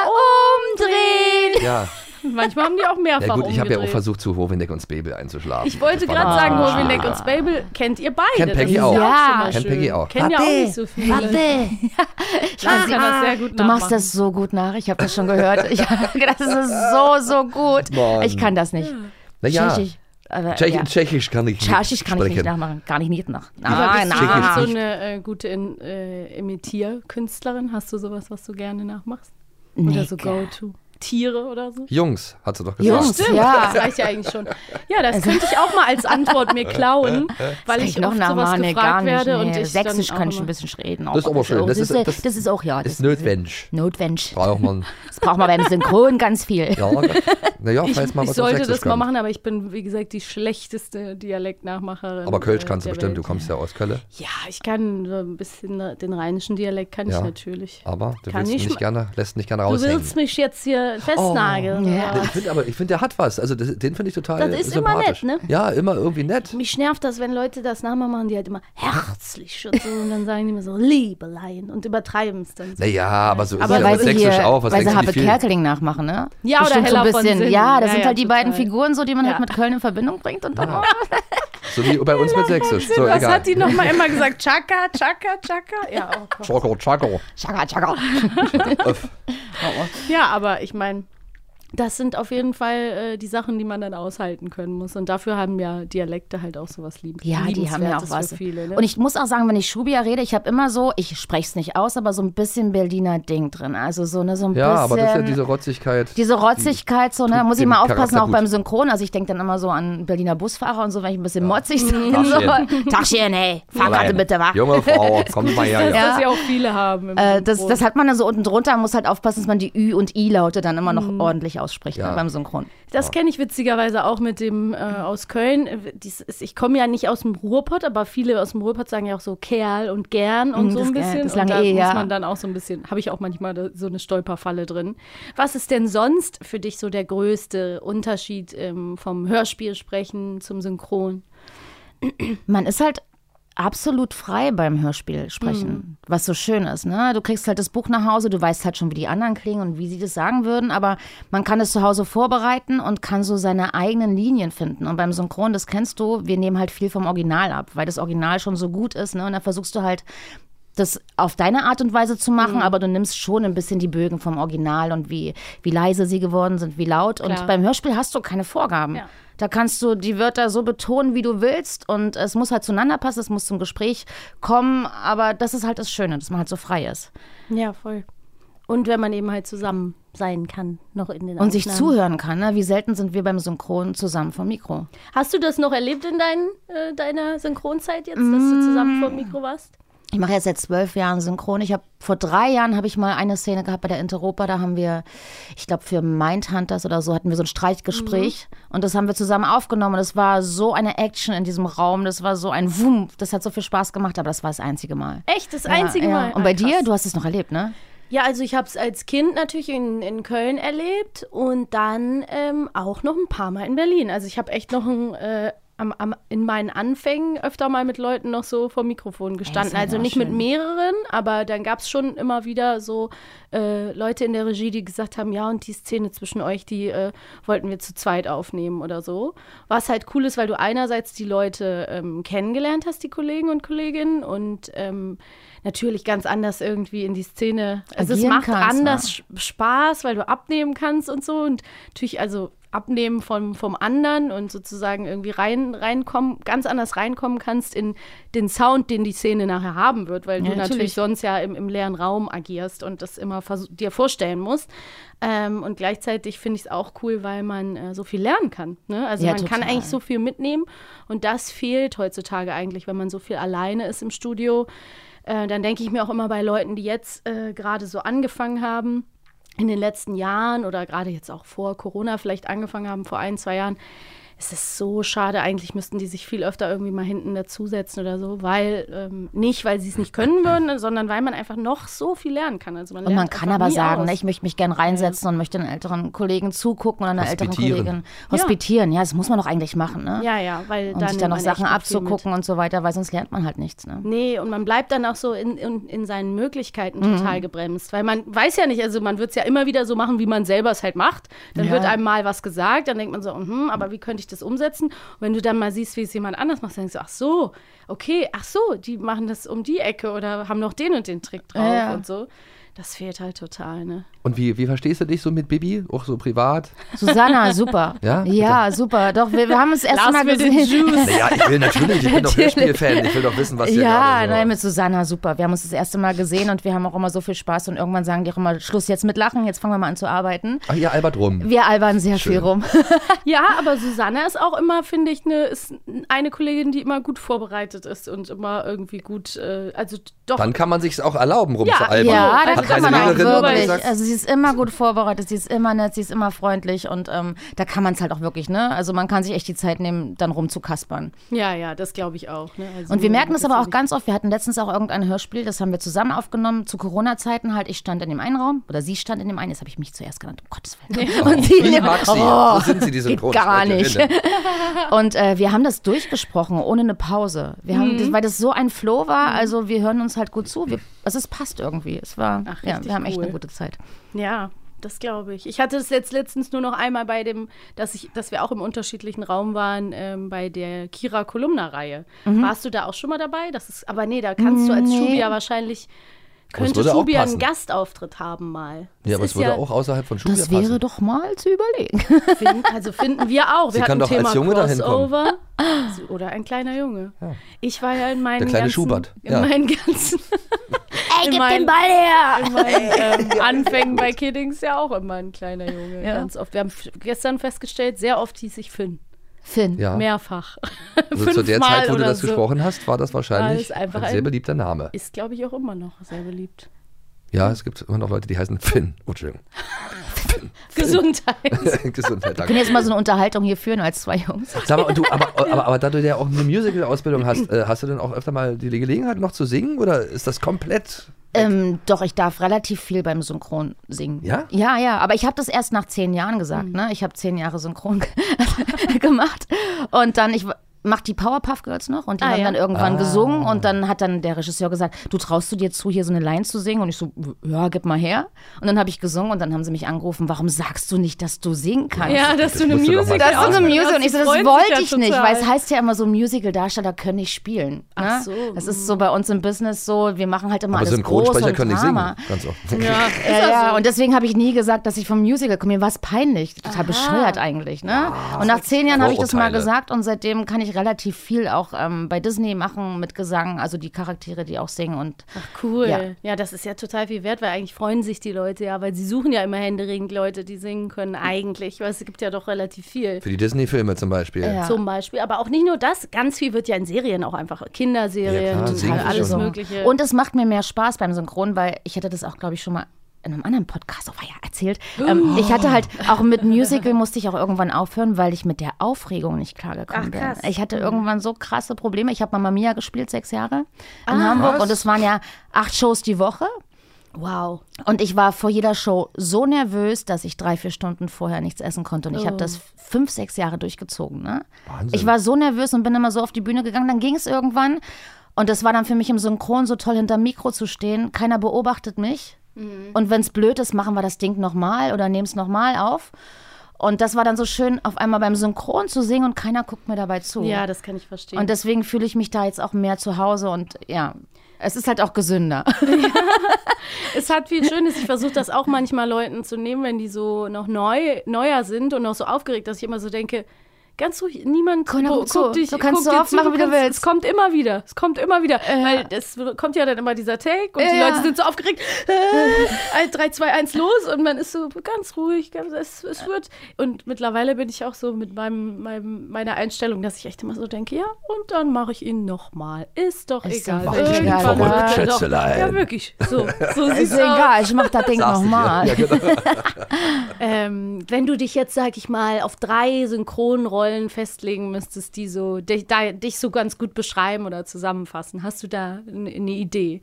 oh. umdrehen!
Ja,
Manchmal haben die auch mehrfach
ja gut, ich habe ja auch
umgedreht.
versucht, zu Hovindeck und Spebel einzuschlafen.
Ich wollte
Das war
gerade
dann
sagen,
schon
Hovindeck
schwieriger.
und Spabel kennt ihr beide.
Kennt Peggy
Das ist
auch.
Ja.
schon mal
Kennt
schön.
Peggy auch.
Kennen ja auch nicht so viele.
Ich weiß,
kann das sehr gut
Ah, du machst
nachmachen.
das so gut nach. Ich habe das schon gehört. Ich, das ist so, so gut.
Mann.
Ich kann das nicht.
Naja,
Tschechisch. Aber,
Tschechisch,
ja.
Tschechisch kann ich nicht
Tschechisch kann ich
sprechen.
nicht nachmachen. Gar nicht nicht nach.
Aber
Nein,
bist du
nein.
Tschechisch
so
nicht.
eine äh, gute in, äh, Imitierkünstlerin? Hast du sowas, was du gerne nachmachst?
Nee,
Oder so Go-To? Tiere oder so?
Jungs, hat sie doch gesagt.
Jungs, ja.
Das reicht ja eigentlich schon. Ja, das könnte ich auch mal als Antwort mir klauen, weil
Kann
ich
ich Also noch
oft sowas
nachmachen? Nee, gar
gefragt
nicht.
werde. und
Nee,
ich
Sächsisch
dann
kann
auch
ich
immer-
ein bisschen reden.
Das ist aber schön.
auch-
Das ist-
das,
das-
das ist auch, ja.
Ist notwendig.
Notwendig.
Braucht man.
Das braucht man beim Synchron ganz viel.
Ja, naja, falls mal
Ich
was
sollte
auf Sächsisch
das mal
kann.
machen, aber ich bin, wie gesagt, die schlechteste Dialektnachmacherin.
Aber Kölsch
äh,
kannst du
der
bestimmt,
Welt.
du kommst ja aus Kölle.
Ja, ich kann so ein bisschen äh, den rheinischen Dialekt, kann
Ja.
ich natürlich.
Aber du
Kann
willst
ich
nicht
mal-
gerne, lässt nicht gerne
Du
raushängen.
willst mich jetzt hier äh, festnageln.
Ja, Ich finde aber, ich finde, der hat was. Also das, den finde ich total
Das ist immer
sympathisch.
nett, ne?
Ja, immer irgendwie nett.
Mich nervt das, wenn Leute das nachmachen, machen die halt immer herzlich und so. Und dann sagen die immer so, Liebeleien und übertreiben es dann so.
Naja, aber so ist
Aber
es ja
weil
mit
sie
sächsisch
hier,
auch. Was
weil sie
denkst du,
Habe
wie viel?
Kerkeling nachmachen, ne?
Ja, oder
Bestimmt so ein
Hella von
bisschen.
Sinn.
Ja, das
Ja,
sind
ja,
halt die beiden
total.
Figuren so, die man
Ja.
halt mit Köln in Verbindung bringt und dann, "Oh,
So wie bei uns mit sächsisch. So,
Was
egal.
hat die nochmal immer gesagt? Chaka, chaka, chaka? Ja, oh Gott.
Choco, Choco.
tschakka, tschakka.
Öff.
ja aber ich meine, das sind auf jeden Fall äh, die Sachen, die man dann aushalten können muss. Und dafür haben ja Dialekte halt auch sowas lieb
Ja, die haben ja auch
Liebenswertes
was.
Für viele, ne?
Und ich muss auch sagen, wenn ich Schubia rede, ich habe immer so, ich spreche es nicht aus, aber so ein bisschen Berliner Ding drin. Also so, ne, so ein
Ja,
bisschen.
aber das ist ja diese Rotzigkeit.
diese Rotzigkeit, so, ne,
tut
muss ich
dem
mal aufpassen,
Charakter
auch
gut.
beim Synchron. Also ich denke dann immer so an Berliner Busfahrer und so, wenn ich ein bisschen motzig sein
Tachchen.
soll. Tachchen, hey, Fahrkarte
Allein.
bitte, wach.
Junge Frau, komm mal her.
dass
Ja.
das ja auch viele haben. im
Äh, das,
Synchron.
das hat man dann so unten drunter, man muss halt aufpassen, dass man die Ü- und I-Laute dann immer noch ordentlich ausspricht
Ja.
ne, beim Synchron.
Das kenne ich witzigerweise auch mit dem äh, aus Köln. Äh, dies ist- Ich komme ja nicht aus dem Ruhrpott, aber viele aus dem Ruhrpott sagen ja auch so Kerl und gern und
Mm,
so
das
ein
Gern,
bisschen.
das lange
und da
E,
muss
ja.
man dann auch so ein bisschen, habe ich auch manchmal da, so eine Stolperfalle drin. Was ist denn sonst für dich so der größte Unterschied ähm, vom Hörspiel sprechen zum Synchron?
Man ist halt absolut frei beim Hörspiel sprechen, was so schön ist. Ne? Du kriegst halt das Buch nach Hause, du weißt halt schon, wie die anderen klingen und wie sie das sagen würden, aber man kann es zu Hause vorbereiten und kann so seine eigenen Linien finden. Und beim Synchron, das kennst du, wir nehmen halt viel vom Original ab, weil das Original schon so gut ist. Ne? Und dann versuchst du halt das auf deine Art und Weise zu machen, aber du nimmst schon ein bisschen die Bögen vom Original und wie, wie leise sie geworden sind, wie laut. Und beim Hörspiel hast du keine Vorgaben. Da kannst du die Wörter so betonen, wie du willst und es muss halt zueinander passen, es muss zum Gespräch kommen, aber das ist halt das Schöne, dass man halt so frei ist.
Ja, voll. Und wenn man eben halt zusammen sein kann, noch in den
Und sich
Aufnahmen.
zuhören kann, ne? wie selten sind wir beim Synchron zusammen vom Mikro.
Hast du das noch erlebt in dein, äh, deiner Synchronzeit jetzt, dass
Mm.
du zusammen vor dem Mikro warst?
Ich mache jetzt seit zwölf Jahren Synchron. Ich habe vor drei Jahren habe ich mal eine Szene gehabt bei der Interopa. Da haben wir, ich glaube für Mindhunters oder so, hatten wir so ein Streitgespräch
Mhm.
und das haben wir zusammen aufgenommen. Und es war so eine Action in diesem Raum. Das war so ein Wumm. Das hat so viel Spaß gemacht, aber das war das einzige Mal.
Echt, das einzige
ja, ja.
Mal.
Und bei
Ah,
dir,
krass.
du hast es noch erlebt, ne?
Ja, also ich habe es als Kind natürlich in, in Köln erlebt und dann ähm, auch noch ein paar Mal in Berlin. Also ich habe echt noch ein, äh, am, am, in meinen Anfängen öfter mal mit Leuten noch so vor Mikrofon gestanden.
ja
also
auch
nicht mit
schön.
mehreren, aber dann gab es schon immer wieder so äh, Leute in der Regie, die gesagt haben, ja, und die Szene zwischen euch, die äh, wollten wir zu zweit aufnehmen oder so. Was halt cool ist, weil du einerseits die Leute ähm, kennengelernt hast, die Kollegen und Kolleginnen, und ähm, natürlich ganz anders irgendwie in die Szene. Also es
Agieren
macht
kannst,
anders
ne?
Sch- Spaß, weil du abnehmen kannst und so. Und natürlich, also abnehmen vom, vom anderen und sozusagen irgendwie rein, reinkommen, ganz anders reinkommen kannst in den Sound, den die Szene nachher haben wird, weil du natürlich,
natürlich.
sonst ja im, im leeren Raum agierst und das immer versuch, dir vorstellen musst. Ähm, und gleichzeitig finde ich es auch cool, weil man äh, so viel lernen kann. Ne? Also
Ja,
man kann
total.
eigentlich so viel mitnehmen und das fehlt heutzutage eigentlich, wenn man so viel alleine ist im Studio. Äh, dann denke ich mir auch immer bei Leuten, die jetzt äh, gerade so angefangen haben, in den letzten Jahren oder gerade jetzt auch vor Corona vielleicht angefangen haben, vor ein, zwei Jahren, es ist so schade. Eigentlich müssten die sich viel öfter irgendwie mal hinten dazusetzen oder so, weil ähm, nicht, weil sie es nicht können würden, sondern weil man einfach noch so viel lernen kann. Also man
Und man
lernt
kann
einfach
aber
nie
sagen,
aus.
ne, ich möchte mich gern reinsetzen und möchte den älteren Kollegen zugucken oder einer älteren
Hospitieren.
Kollegin hospitieren. Ja. das muss man doch eigentlich machen, ne?
ja, ja, weil
Und
da
sich
nimmt
dann noch
man echt
Sachen
noch viel mit.
abzugucken und so weiter, weil sonst lernt man halt nichts, ne?
Nee, und man bleibt dann auch so in, in, in seinen Möglichkeiten
Mhm.
total gebremst. Weil man weiß ja nicht, also man wird es ja immer wieder so machen, wie man selber es halt macht. Dann
Ja.
wird einem mal was gesagt, dann denkt man so, mhm, aber wie könnte ich das umsetzen? Und wenn du dann mal siehst, wie es jemand anders macht, dann denkst du, ach so, okay, ach so, die machen das um die Ecke oder haben noch den und den Trick drauf
Ja.
und so. Das fehlt halt total, ne?
Und wie, wie verstehst du dich so mit Bibi? Auch so privat?
Susanna, super.
Ja?
ja super. Doch, wir, wir haben es erst
Lars
mal
will den
gesehen.
Naja, ich will natürlich, ich bin doch Hörspielfan. Ich will doch wissen, was hier
Ja,
gerade so-
nein, mit Susanna, super. Wir haben uns das erste Mal gesehen und wir haben auch immer so viel Spaß und irgendwann sagen die auch immer, Schluss jetzt mit Lachen, jetzt fangen wir mal an zu arbeiten.
Ach ja, Albert Rum.
Wir albern sehr viel rum.
Ja, aber Susanna ist auch immer, finde ich, eine, ist eine Kollegin, die immer gut vorbereitet ist und immer irgendwie gut, äh, also doch
Dann kann man sich's auch erlauben,
Ja,
rumzualbern.
Ja,
Also
das
Hat
kann
meine
man auch
Lehrerin immer
wirklich.
gesagt,
Also sie ist immer gut vorbereitet, sie ist immer nett, sie ist immer freundlich und ähm, da kann man es halt auch wirklich, ne? Also man kann sich echt die Zeit nehmen, dann rumzukaspern.
Ja, ja, das glaube ich auch. Ne? Also
Und wir merken
das
es aber auch ganz oft. Wir hatten letztens auch irgendein Hörspiel, das haben wir zusammen aufgenommen. Zu Corona-Zeiten halt, ich stand in dem einen Raum oder sie stand in dem einen. Jetzt habe ich mich zuerst genannt, um Gottes Willen. Und sie
Ich mag sie.
Oh,
so sind sie, die
geht gar nicht.
Synchronsprecherinnen.
Und äh, wir haben das durchgesprochen, ohne eine Pause. Wir
Mhm.
haben, das, weil das so ein Flow war, also wir hören uns halt gut zu. Wir, also es passt irgendwie. Es war,
Ach,
ja,
richtig
wir haben echt
cool.
eine gute Zeit.
Ja, das glaube ich. Ich hatte es jetzt letztens nur noch einmal bei dem, dass ich, dass wir auch im unterschiedlichen Raum waren ähm, bei der Kira Kolumna-Reihe. Warst du da auch schon mal dabei? Das ist, aber nee, da kannst du als
Mhm. Nee.
Schubia wahrscheinlich könnte
würde auch
Schubia
passen.
einen Gastauftritt haben mal.
Ja, aber es
Das ist
würde auch außerhalb von Schule
Das wäre
passen.
doch mal zu überlegen.
Finden, also finden wir auch.
Sie
wir
kann
hatten
doch als
Thema
Junge dahin kommen.
Crossover. Also, Oder ein kleiner Junge. Ich war ja in meinen
Der kleine
ganzen,
Schubert,
In
ja.
meinen ganzen,
Ey,
In
gib
mein-
den Ball her!
in meinen ähm, Anfängen bei Kiddings ja auch immer ein kleiner Junge.
Ja.
Ganz oft. Wir haben f- gestern festgestellt, sehr oft hieß ich Finn.
Finn.
Ja.
Mehrfach.
Also zu der
Fünfmal
Zeit, wo du
oder
das
so.
gesprochen hast, war das wahrscheinlich
War es einfach
ein sehr
ein-
beliebter Name.
Ist, glaube ich, auch immer noch sehr beliebt.
Ja, es gibt immer noch Leute, die heißen Finn. Oh, Entschuldigung.
Gesundheit.
Gesundheit,
Wir können
danke.
jetzt mal so eine Unterhaltung hier führen als zwei Jungs.
Sag mal, und du, aber, aber, aber da du ja auch eine Musical-Ausbildung hast, äh, hast du denn auch öfter mal die Gelegenheit noch zu singen oder ist das komplett?
Ähm, doch, ich darf relativ viel beim Synchron singen.
Ja?
Ja, ja. Aber ich habe das erst nach zehn Jahren
Hm.
gesagt. Ne? Ich habe zehn Jahre Synchron ge- gemacht. Und dann, ich w- mach die Powerpuff Girls noch und die
Ah,
haben
ja.
dann irgendwann gesungen und dann hat dann der Regisseur gesagt, du traust du dir zu, hier so eine Line zu singen? Und ich so, ja, gib mal her. Und dann habe ich gesungen und dann haben sie mich angerufen, warum sagst du nicht, dass du singen kannst?
ja, dass du eine
musst du doch mal
Musical.
sagen.
Das ist so ein Musical. Und ich so, das
freuen sich
wollte ich
ja
nicht, halt
total.
weil es heißt ja immer so, Musical-Darsteller können nicht spielen. Ne?
Ach so.
Das ist so bei uns im Business so, wir machen halt immer
Aber
alles groß
Synchronsprecher
und
können nicht
Drama.
singen. Ganz oft.
Ja, ist
Ja,
ja,
ja, und deswegen habe ich nie gesagt, dass ich vom Musical komme. Mir war es peinlich. Total bescheuert eigentlich. Ne? und nach zehn Jahren habe ich das mal
Vorurteile.
gesagt und seitdem kann ich relativ viel auch ähm, bei Disney machen mit Gesang, also die Charaktere, die auch singen. Und
Cool.
Ja.
Ja. das ist ja total viel wert, weil eigentlich freuen sich die Leute ja, weil sie suchen ja immer händeringend Leute, die singen können, eigentlich, weil es gibt ja doch relativ viel.
Für die Disney-Filme zum Beispiel.
Ja.
Zum Beispiel, aber auch nicht nur das, ganz viel wird ja in Serien auch einfach,
Ja,
Kinderserien,
klar,
total
singen ist
alles
schon-
Mögliche.
Und es macht mir mehr Spaß beim Synchron, weil ich hätte das auch, glaube ich, schon mal in einem anderen Podcast, oh, war ja erzählt. Ähm,
Oh.
ich hatte halt auch mit Musical musste ich auch irgendwann aufhören, weil ich mit der Aufregung nicht klargekommen
Ach,
bin.
krass. Mhm.
Ich hatte irgendwann so krasse Probleme. Ich habe Mamma Mia gespielt sechs Jahre in
Ah,
Hamburg und es waren ja acht Shows die Woche.
wow.
Und ich war vor jeder Show so nervös, dass ich drei, vier Stunden vorher nichts essen konnte. Und ich
Oh.
habe das fünf, sechs Jahre durchgezogen. Ne?
Wahnsinn.
Ich war so nervös und bin immer so auf die Bühne gegangen. Dann ging es irgendwann. Und das war dann für mich im Synchron so toll, hinterm Mikro zu stehen. Keiner beobachtet mich.
Mhm.
Und wenn es blöd ist, machen wir das Ding nochmal oder nehmen es nochmal auf. Und das war dann so schön, auf einmal beim Synchron zu singen und keiner guckt mir dabei zu.
Ja, das kann ich verstehen.
und deswegen fühle ich mich da jetzt auch mehr zu Hause und ja, es ist halt auch gesünder.
es hat viel Schönes. Ich versuche das auch manchmal Leuten zu nehmen, wenn die so noch neu, neuer sind und noch so aufgeregt, dass ich immer so denke, ganz ruhig, niemand
Guck, guck zu.
dich,
Du kannst so
guck dir
oft machen, wie du
kannst-
willst. Äh.
Es kommt immer wieder, es kommt immer wieder, weil es kommt ja dann immer dieser Take und die
Ja.
Leute sind so aufgeregt, äh, 3, 2, 1 los und man ist so ganz ruhig, ganz, es, es wird. Und mittlerweile bin ich auch so mit meinem, meinem, meiner Einstellung, dass ich echt immer so denke, ja, und dann mache ich ihn nochmal. Ist doch
Ist
egal.
doch wirklich
Irgendwann
egal,
wird er
ne?
doch-
Schätzelein.
Ja, wirklich. So, so sieht's
Ist
aus.
Also, egal, ich mach das Ding
Also, Sagst du dir.
nochmal.
Ja, genau.
Ähm, wenn du dich jetzt, sag ich mal, auf drei Synchronrollen festlegen müsstest, die so dich, da, dich so ganz gut beschreiben oder zusammenfassen, hast du da n- eine Idee?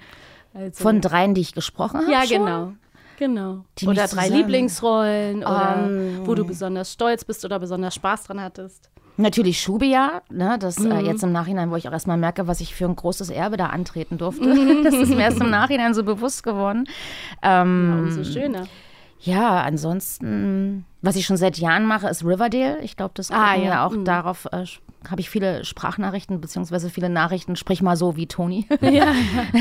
Also,
Von dreien, die ich gesprochen habe?
ja,
schon?
genau. Genau.
Die
oder
nicht Ähm.
drei
zusammen-
Lieblingsrollen oder wo du besonders stolz bist oder besonders Spaß dran hattest.
Natürlich Schubia, ne, das äh,
Mhm.
jetzt im Nachhinein, wo ich auch erstmal merke, was ich für ein großes Erbe da antreten durfte.
Mhm.
Das ist mir erst im Nachhinein so bewusst geworden. Ähm,
Umso schöner.
ja. ansonsten, was ich schon seit Jahren mache, ist Riverdale. Ich glaube, das
Ah,
gucken
ja.
wir auch darauf. Äh, sch- habe ich viele Sprachnachrichten beziehungsweise viele Nachrichten, sprich mal so wie Toni.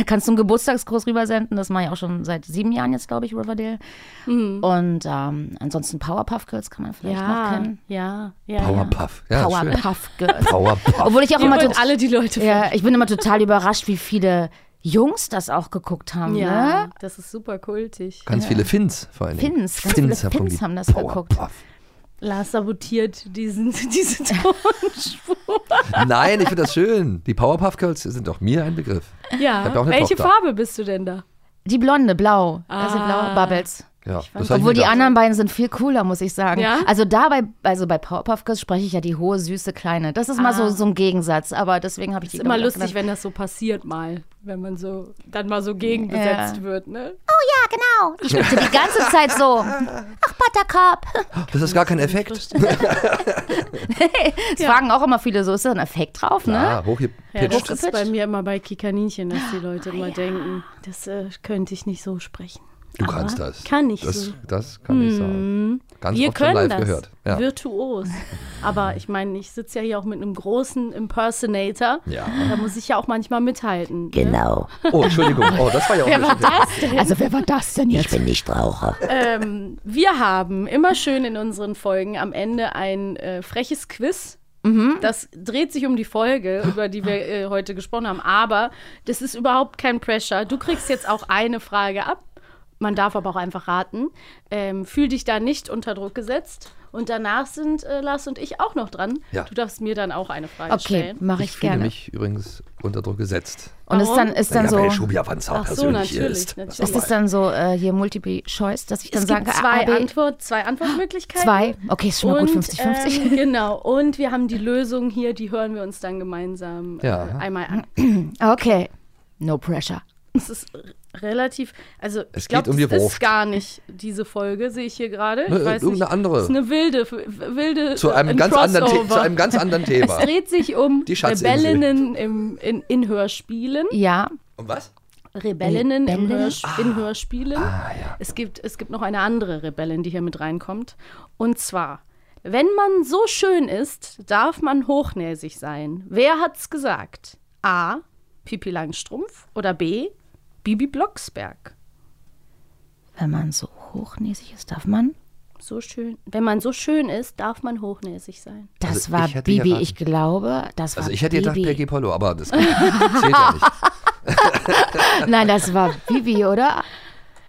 Kannst du einen Geburtstagsgruß rübersenden, das mache ich auch schon seit sieben Jahren jetzt, glaube ich, Riverdale. Und ähm, ansonsten Powerpuff Girls kann man vielleicht noch
Mhm. Ja,
kennen.
ja, ja.
Powerpuff. Ja, schön.
Powerpuff Girls.
Powerpuff.
Obwohl ich auch immer
Und
total,
alle die Leute.
ja, ich bin immer total überrascht, wie viele Jungs das auch geguckt haben.
ja,
Ne?
das ist super kultig.
Ganz viele Fins vor allen Dingen.
Fins, ganz viele
haben
Fins
die
haben das
Powerpuff.
geguckt.
Lars sabotiert diesen, diese Tonspur.
Nein, ich finde das schön. Die Powerpuff Girls sind doch mir ein Begriff. Ich
Ja.
hab ja auch eine
Welche
Tochter.
Farbe bist du denn da?
Die Blonde, blau. Also
Ah.
blaue Bubbles.
Ja, das hab ich
Obwohl
mir
die
gedacht.
anderen beiden sind viel cooler, muss ich sagen.
Ja?
Also da bei, also bei Powerpuff Girls spreche ich ja die hohe, süße, kleine. Das ist mal so, so ein Gegensatz, aber deswegen habe ich die
Ah. Ist immer
glaub ich, auch
lustig, wenn das so passiert mal, wenn man so dann mal so gegenbesetzt
Ja.
wird, ne?
genannt. Oh ja, genau. Ich spreche die ganze Zeit so. Ach, Buttercup.
Das ist gar kein Effekt.
Es fragen auch immer viele, so ist da ein Effekt drauf, ne?
Ah, hochgepitcht.
das ist bei mir immer bei Kikaninchen, dass die Leute immer denken, das äh, könnte ich nicht so sprechen.
du kannst das.
kann ich
das,
so. Hm.
Das kann ich sagen. Ganz
Wir
oft schon live
können das
gehört. Ja.
virtuos. Aber ich meine, ich sitze ja hier auch mit einem großen Impersonator.
Ja.
Da muss ich ja auch manchmal mithalten. Ne?
Genau.
Oh, Entschuldigung. Oh, das war ja auch ein bisschen.
Also wer war das denn
Ich bin nicht Raucher.
Ähm, wir haben immer schön in unseren Folgen am Ende ein äh, freches Quiz. Das dreht sich um die Folge, über die wir äh, heute gesprochen haben. Aber das ist überhaupt kein Pressure. Du kriegst jetzt auch eine Frage ab. Man darf aber auch einfach raten. Ähm, fühl dich da nicht unter Druck gesetzt. Und danach sind äh, Lars und ich auch noch dran.
Ja.
Du darfst mir dann auch eine Frage
Okay,
stellen.
mache ich,
Ich fühle
gerne.
mich übrigens unter Druck gesetzt.
Und ist dann, ist dann
ja, weil
so,
Schubia Panzer
Ach so,
persönlich hier
natürlich,
ist.
natürlich.
Das
ist es dann so äh, hier Multiple Choice, dass ich dann
Es
sagen
gibt
kann,
zwei,
A, B,
Antwort, zwei Antwortmöglichkeiten.
zwei. Okay, ist schon mal gut, 50-50.
Ähm, genau, und wir haben die Lösung hier, die hören wir uns dann gemeinsam
Ja.
äh, einmal an.
Okay, no pressure.
Es ist relativ, also
Es
ich glaube,
geht um die
das ist
Wurst.
gar nicht diese Folge, sehe ich hier gerade.
Ne,
Ich weiß
irgendeine
nicht.
andere.
Es ist eine wilde, wilde äh,
zu,
ein
einem ganz anderen The-
Crossover.
zu einem ganz anderen Thema.
Es dreht sich um
Die Schatzinsel.
Rebellinnen im, in, in Hörspielen.
Ja,
Und was?
Rebellinnen im
Rebellen? Ah.
Hörsp in Hörspielen. es, gibt, es gibt noch eine andere Rebellin, die hier mit reinkommt. Und zwar, wenn man so schön ist, darf man hochnäsig sein. Wer hat's gesagt? A. Pipi Langstrumpf oder B. Bibi Blocksberg.
wenn man so hochnäsig ist, darf man.
So schön. Wenn man so schön ist, darf man hochnäsig sein.
Das
Also,
war
ich hätte
Bibi,
geraten.
ich glaube, das war
Also ich hätte gedacht
Bibi.
Peggy Polo, aber das zählt ja nicht.
Nein, das war Bibi, oder?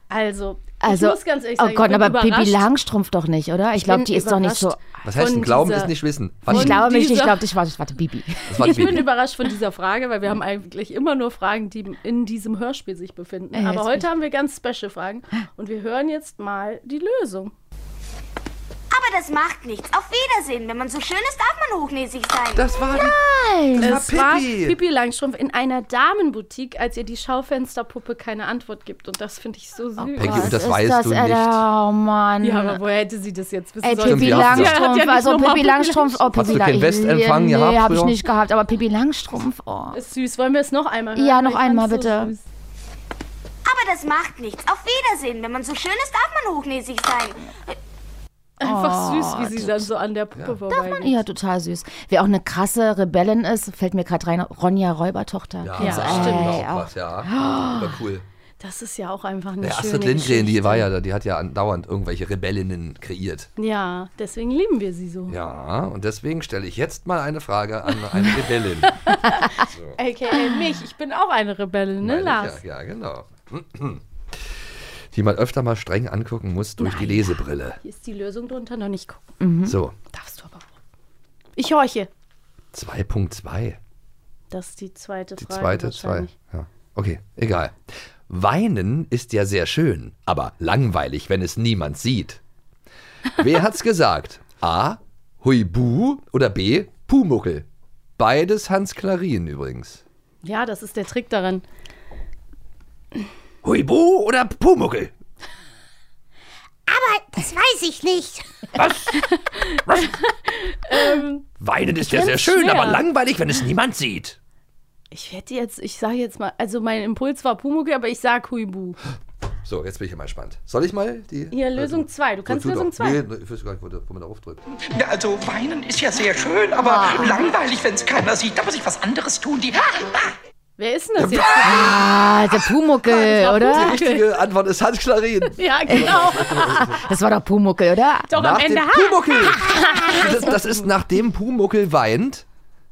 Also,
Also,
ich muss ganz ehrlich sagen,
oh Gott,
ich bin
aber
überrascht.
Bibi Langstrumpf doch nicht, oder? Ich
Ich
glaube,
bin
die ist doch nicht so.
überrascht
Was heißt
von
denn glauben
dieser-
ist nicht wissen?
Ich
Fand
glaube mich, ich
dieser-
glaube, ich warte, ich warte, Bibi.
das war die
Ich bin
Bibi.
überrascht von dieser Frage, weil wir haben eigentlich immer nur Fragen, die in diesem Hörspiel sich befinden.
Ja,
Aber
Äh, jetzt
heute haben wir ganz special Fragen und wir hören jetzt mal die Lösung.
Aber das macht nichts. Auf Wiedersehen. Wenn man so schön ist, darf man hochnäsig sein.
Das war die, das
Es war
war Pippi.
Pippi Langstrumpf in einer Damenboutique, als ihr die Schaufensterpuppe keine Antwort gibt. Und das finde ich so süß.
Peggy, und das
ist
weißt
Oh, das,
du
äh,
nicht.
Oh Mann.
ja, aber woher hätte sie das jetzt wissen
Ey,
sollen?
Pippi
die haben sie.
Sie hat
Langstrumpf,
ja nicht
also
nochmal
Pippi Langstrumpf, oh Pippi
du keinen
Langstrumpf.
Westempfang
nee,
gehabt
habe ich
früher?
nicht gehabt, aber Pippi Langstrumpf, oh.
Ist süß. Wollen wir es noch einmal hören?
Ja,
Weil
noch
ich fand's
einmal,
so
bitte.
süß.
Aber das macht nichts. Auf Wiedersehen. Wenn man so schön ist, darf man hochnäsig sein.
Einfach
Oh,
süß, wie sie dann so an der Puppe vorbeigeht.
Ja, total süß. Wer auch eine krasse Rebellin ist, fällt mir gerade rein, Ronja Räubertochter.
Ja,
Kennst du?
das stimmt
Ey, oh.
auch was, ja. Aber cool.
Das ist ja auch einfach oh. eine
Der
schöne
Astrid Lindgren,
Geschichte.
die war ja da, die hat ja andauernd irgendwelche Rebellinnen kreiert.
Ja, deswegen lieben wir sie so.
Ja, und deswegen stelle ich jetzt mal eine Frage an eine Rebellin.
AKA mich. Ich bin auch eine Rebellin, ne,
Meine ich
Lars?
Ja, ja, genau. Die man öfter mal streng angucken muss durch die Lesebrille.
Hier ist die Lösung drunter noch nicht gucken.
So,
Darfst du aber auch. Ich horche.
2.2.
Das ist die zweite
Die
Frage.
zweite, zwei.
wahrscheinlich.
Ja. Okay, egal. Weinen ist ja sehr schön, aber langweilig, wenn es niemand sieht. Wer hat's gesagt? A. Huibu oder B. Pumuckel. Beides Hans Klarin übrigens.
Ja, das ist der Trick daran.
Huibu oder Pumuckel?
Das weiß ich nicht.
Was? Was?
Ähm,
Weinen ist ja sehr schön,
schwer.
aber langweilig, wenn es niemand sieht.
Ich werde jetzt, ich sage jetzt mal, also mein Impuls war Pumuckl, aber ich sag Huibu.
So, jetzt bin ich mal gespannt. Soll ich mal die.
Hier, Lösung 2. Du
So,
kannst
tu
Lösung
doch.
2.
Nee, ich wüsste gar nicht, wo, der- wo man darauf drückt.
Ja, also weinen ist ja sehr schön, aber
Ah.
langweilig, wenn es keiner sieht. Da muss ich was anderes tun. Die
Wer ist denn das jetzt?
Ah, der Pumuckel, oder?
Die richtige Antwort ist Hans Klarin.
Ja, genau.
Das war doch Pumuckel, oder?
Doch am
nach
Ende.
dem
Ha!
Pumuckel. das, das ist nachdem Pumuckel weint,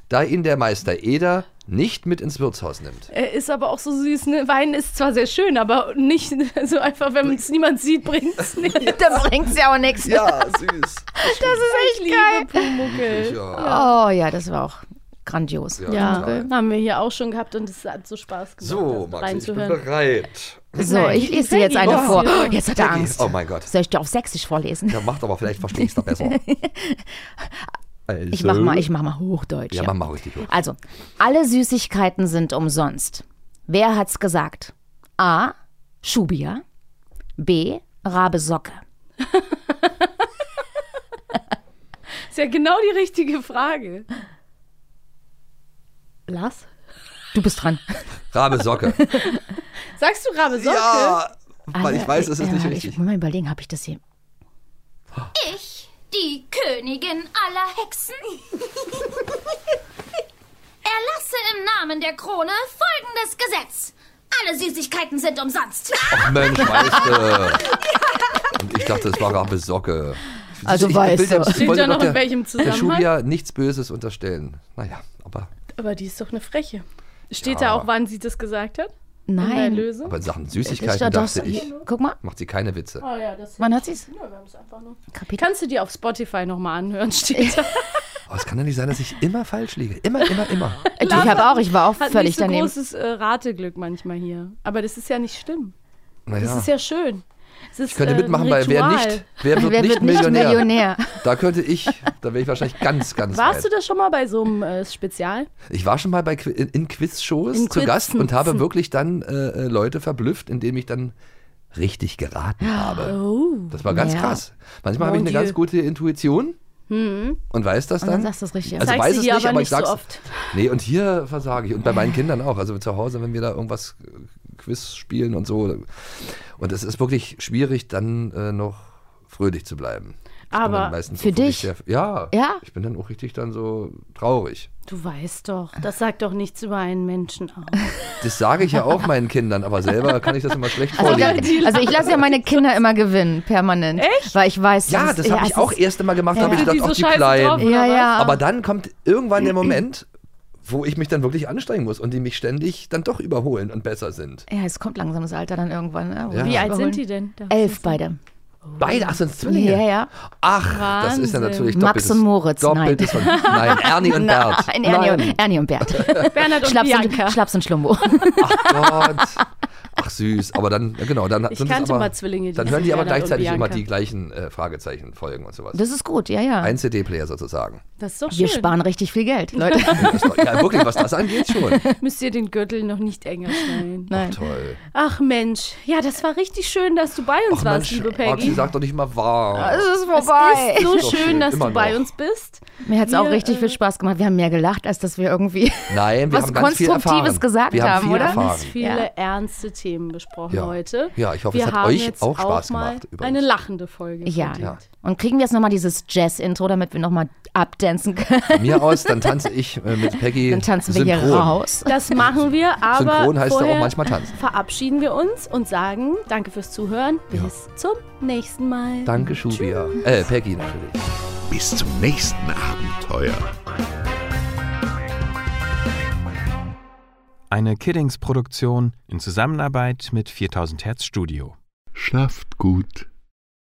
da ihn der Meister Eder nicht mit ins Wirtshaus nimmt.
Äh, Ist aber auch so süß, ne? Weinen ist zwar sehr schön, aber nicht so einfach, wenn es niemand sieht, bringt es nicht.
Da bringt's ja auch nichts.
Ja, süß.
Das ist echt liebe Pumuckl.
Ja.
Oh ja, das war auch grandios.
Ja, haben wir hier auch schon gehabt und es hat so Spaß gemacht,
So,
das
Max, ich bin
reinzuhören.
bereit.
So,
Nein,
ich
die
lese dir jetzt
Peggy
eine
war
vor.
hier.
Jetzt hat er
Peggy,
Angst.
oh mein Gott.
Soll ich dir auf Sächsisch vorlesen?
Ja, macht aber, vielleicht verstehst du besser. Also.
Ich mach mal, ich mach mal Hochdeutsch.
Ja, mach mal richtig hoch.
Also, alle Süßigkeiten sind umsonst. Wer hat's gesagt? A. Schubia. B. Rabe Socke.
Ist ja genau die richtige Frage. Lars?
Du bist dran.
Rabe Socke.
Sagst du Rabe Socke?
Ja, weil ich
Alle-
weiß, es
Ah,
ist
ja,
nicht
Ich
richtig.
muss mal überlegen, habe ich das hier?
Ich, die Königin aller Hexen, erlasse im Namen der Krone folgendes Gesetz. Alle Süßigkeiten sind umsonst.
Mensch, weißt du. Und ich dachte, es war Rabe Socke.
Also
ich,
weißt
ich will
du.
der- ich
Steht
wollte
ja noch
doch
in
der,
welchem
Der
Zusammenhang?
Schubia nichts Böses unterstellen. Naja, aber,
Aber die ist doch eine Freche. Steht
Ja.
da auch, wann sie das gesagt hat? In der
Nein.
Lösung?
aber in Sachen
Das
Süßigkeiten
steht doch
dachte
so-
ich,
Guck mal,
macht sie keine Witze.
Oh ja, das
wann hat sie's?
Ja, wir haben es einfach nur.
Kapitel.
Kannst du dir auf Spotify nochmal anhören, steht
Äh,
da.
Aber Oh, es kann ja nicht sein, dass ich immer falsch liege. Immer, immer, immer.
Ich habe auch, ich war auch
Hat
völlig
nicht so
daneben.
großes äh, Rateglück manchmal hier. Aber das ist ja nicht schlimm. Das
Naja.
ist ja schön. Es ist,
Ich könnte
äh,
mitmachen
ein
bei Wer
Ritual.
nicht, wer wird,
Wer
Also nicht,
wird nicht
Millionär.
Millionär?
Da könnte ich, da wäre ich wahrscheinlich ganz, ganz
Warst du
weit.
da schon mal bei so einem äh, Spezial?
Ich war schon mal bei, Qui- in, in Quiz-Shows
In
zu Gast und
Quizzen.
habe wirklich dann äh, äh, Leute verblüfft, indem ich dann richtig geraten habe. Das war ganz
Ja.
krass. Manchmal habe ich
Mon
eine
Dieu.
ganz gute Intuition und weiß das
Und dann
dann.
sagst du das Richtige.
Also
Zeigst
weiß
du
es
hier
nicht,
aber
aber ich
nicht so
sag's.
oft.
Nee, und hier versage ich. Und bei meinen Kindern auch. Also zu Hause, wenn wir da irgendwas äh, Quiz spielen und so. Und es ist wirklich schwierig, dann äh, noch fröhlich zu bleiben. Ich bin
Aber
dann meistens
für
auch wirklich
dich?
Sehr, ja,
Ja?
Ich bin dann auch richtig dann so traurig.
Du weißt doch, das sagt doch nichts über einen Menschen aus.
Das sage ich ja auch meinen Kindern, aber selber kann ich das immer schlecht
Also ich,
vorlegen.
also ich lasse ja meine Kinder immer gewinnen, permanent. Echt? Weil ich weiß,
Ja,
sonst-
das habe
es
ich auch
ist-
erst einmal gemacht, habe ich
Sind die
gedacht,
so
auch die
scheiße
Kleinen.
drauf?
Ja, ja.
Aber dann kommt irgendwann der Moment, wo ich mich dann wirklich anstrengen muss und die mich ständig dann doch überholen und besser sind.
ja, es kommt langsam das Alter dann irgendwann. Ne? wo
Ja.
die
Wie alt
überholen.
sind die denn? Darf ich
Elf
das
beide.
Beide, ach,
Oh,
sind Zwillinge.
Ja, ja.
Ach, das ist ja
Wahnsinn.
natürlich
Max
doppeltes,
und Moritz,
doppeltes nein. Von, nein, Ernie und Bert.
Nein, Ernie,
nein.
Und, Ernie und Bert.
sagen? Bernhard und
Schlaps,
Bianca.
und, Schlaps und Schlumbo.
Ach Gott. Ach süß, aber dann, ja, genau, dann
Ich
sind es
kannte
aber,
mal Zwillinge, die
Dann hören die
hießen
aber
Bernhard und
gleichzeitig immer
Bianca.
die gleichen äh, Fragezeichen, Folgen und sowas.
Das ist gut, ja, ja.
Ein CD-Player sozusagen.
Das ist doch schön.
Wir sparen richtig viel Geld, Leute.
Das ist doch- Ja, wirklich, was das angeht schon.
Müsst ihr den Gürtel noch nicht enger schnallen.
Nein.
Toll.
Ach Mensch, ja, das war richtig schön, dass du bei uns
Ach Mensch,
warst, liebe
Roxy,
Peggy.
sag doch nicht mal wahr.
Es ist
Es ist so
Ist doch
schön,
schön,
dass
immer
du bei
noch.
uns bist.
Mir hat es auch
Wir,
richtig viel
äh,
Spaß gemacht. Wir haben mehr gelacht, als dass wir irgendwie
Nein, wir
was
haben ganz viel
Konstruktives
erfahren.
gesagt
wir haben, viel
oder?
Erfahren.
Viele
Ja.
ernste Themen besprochen
Ja.
heute.
Ja, ich hoffe,
wir
es hat
haben
euch
jetzt
auch Spaß
mal
gemacht, übrigens.
Eine lachende Folge.
Ja.
verdient.
Und kriegen wir jetzt nochmal dieses Jazz-Intro, damit wir nochmal abdancen können.
Von mir aus, dann tanze ich äh, mit Peggy
Dann tanzen wir
synchron.
hier raus.
Das machen wir, aber
Synchron heißt ja auch
vorher
manchmal tanzen.
verabschieden wir uns und sagen Danke fürs Zuhören. Bis zum nächsten Mal.
Danke, Schubia. Äh, Peggy natürlich.
Bis zum nächsten Abenteuer.
Eine Kiddings-Produktion in Zusammenarbeit mit 4000 Hertz Studio.
Schlaft gut.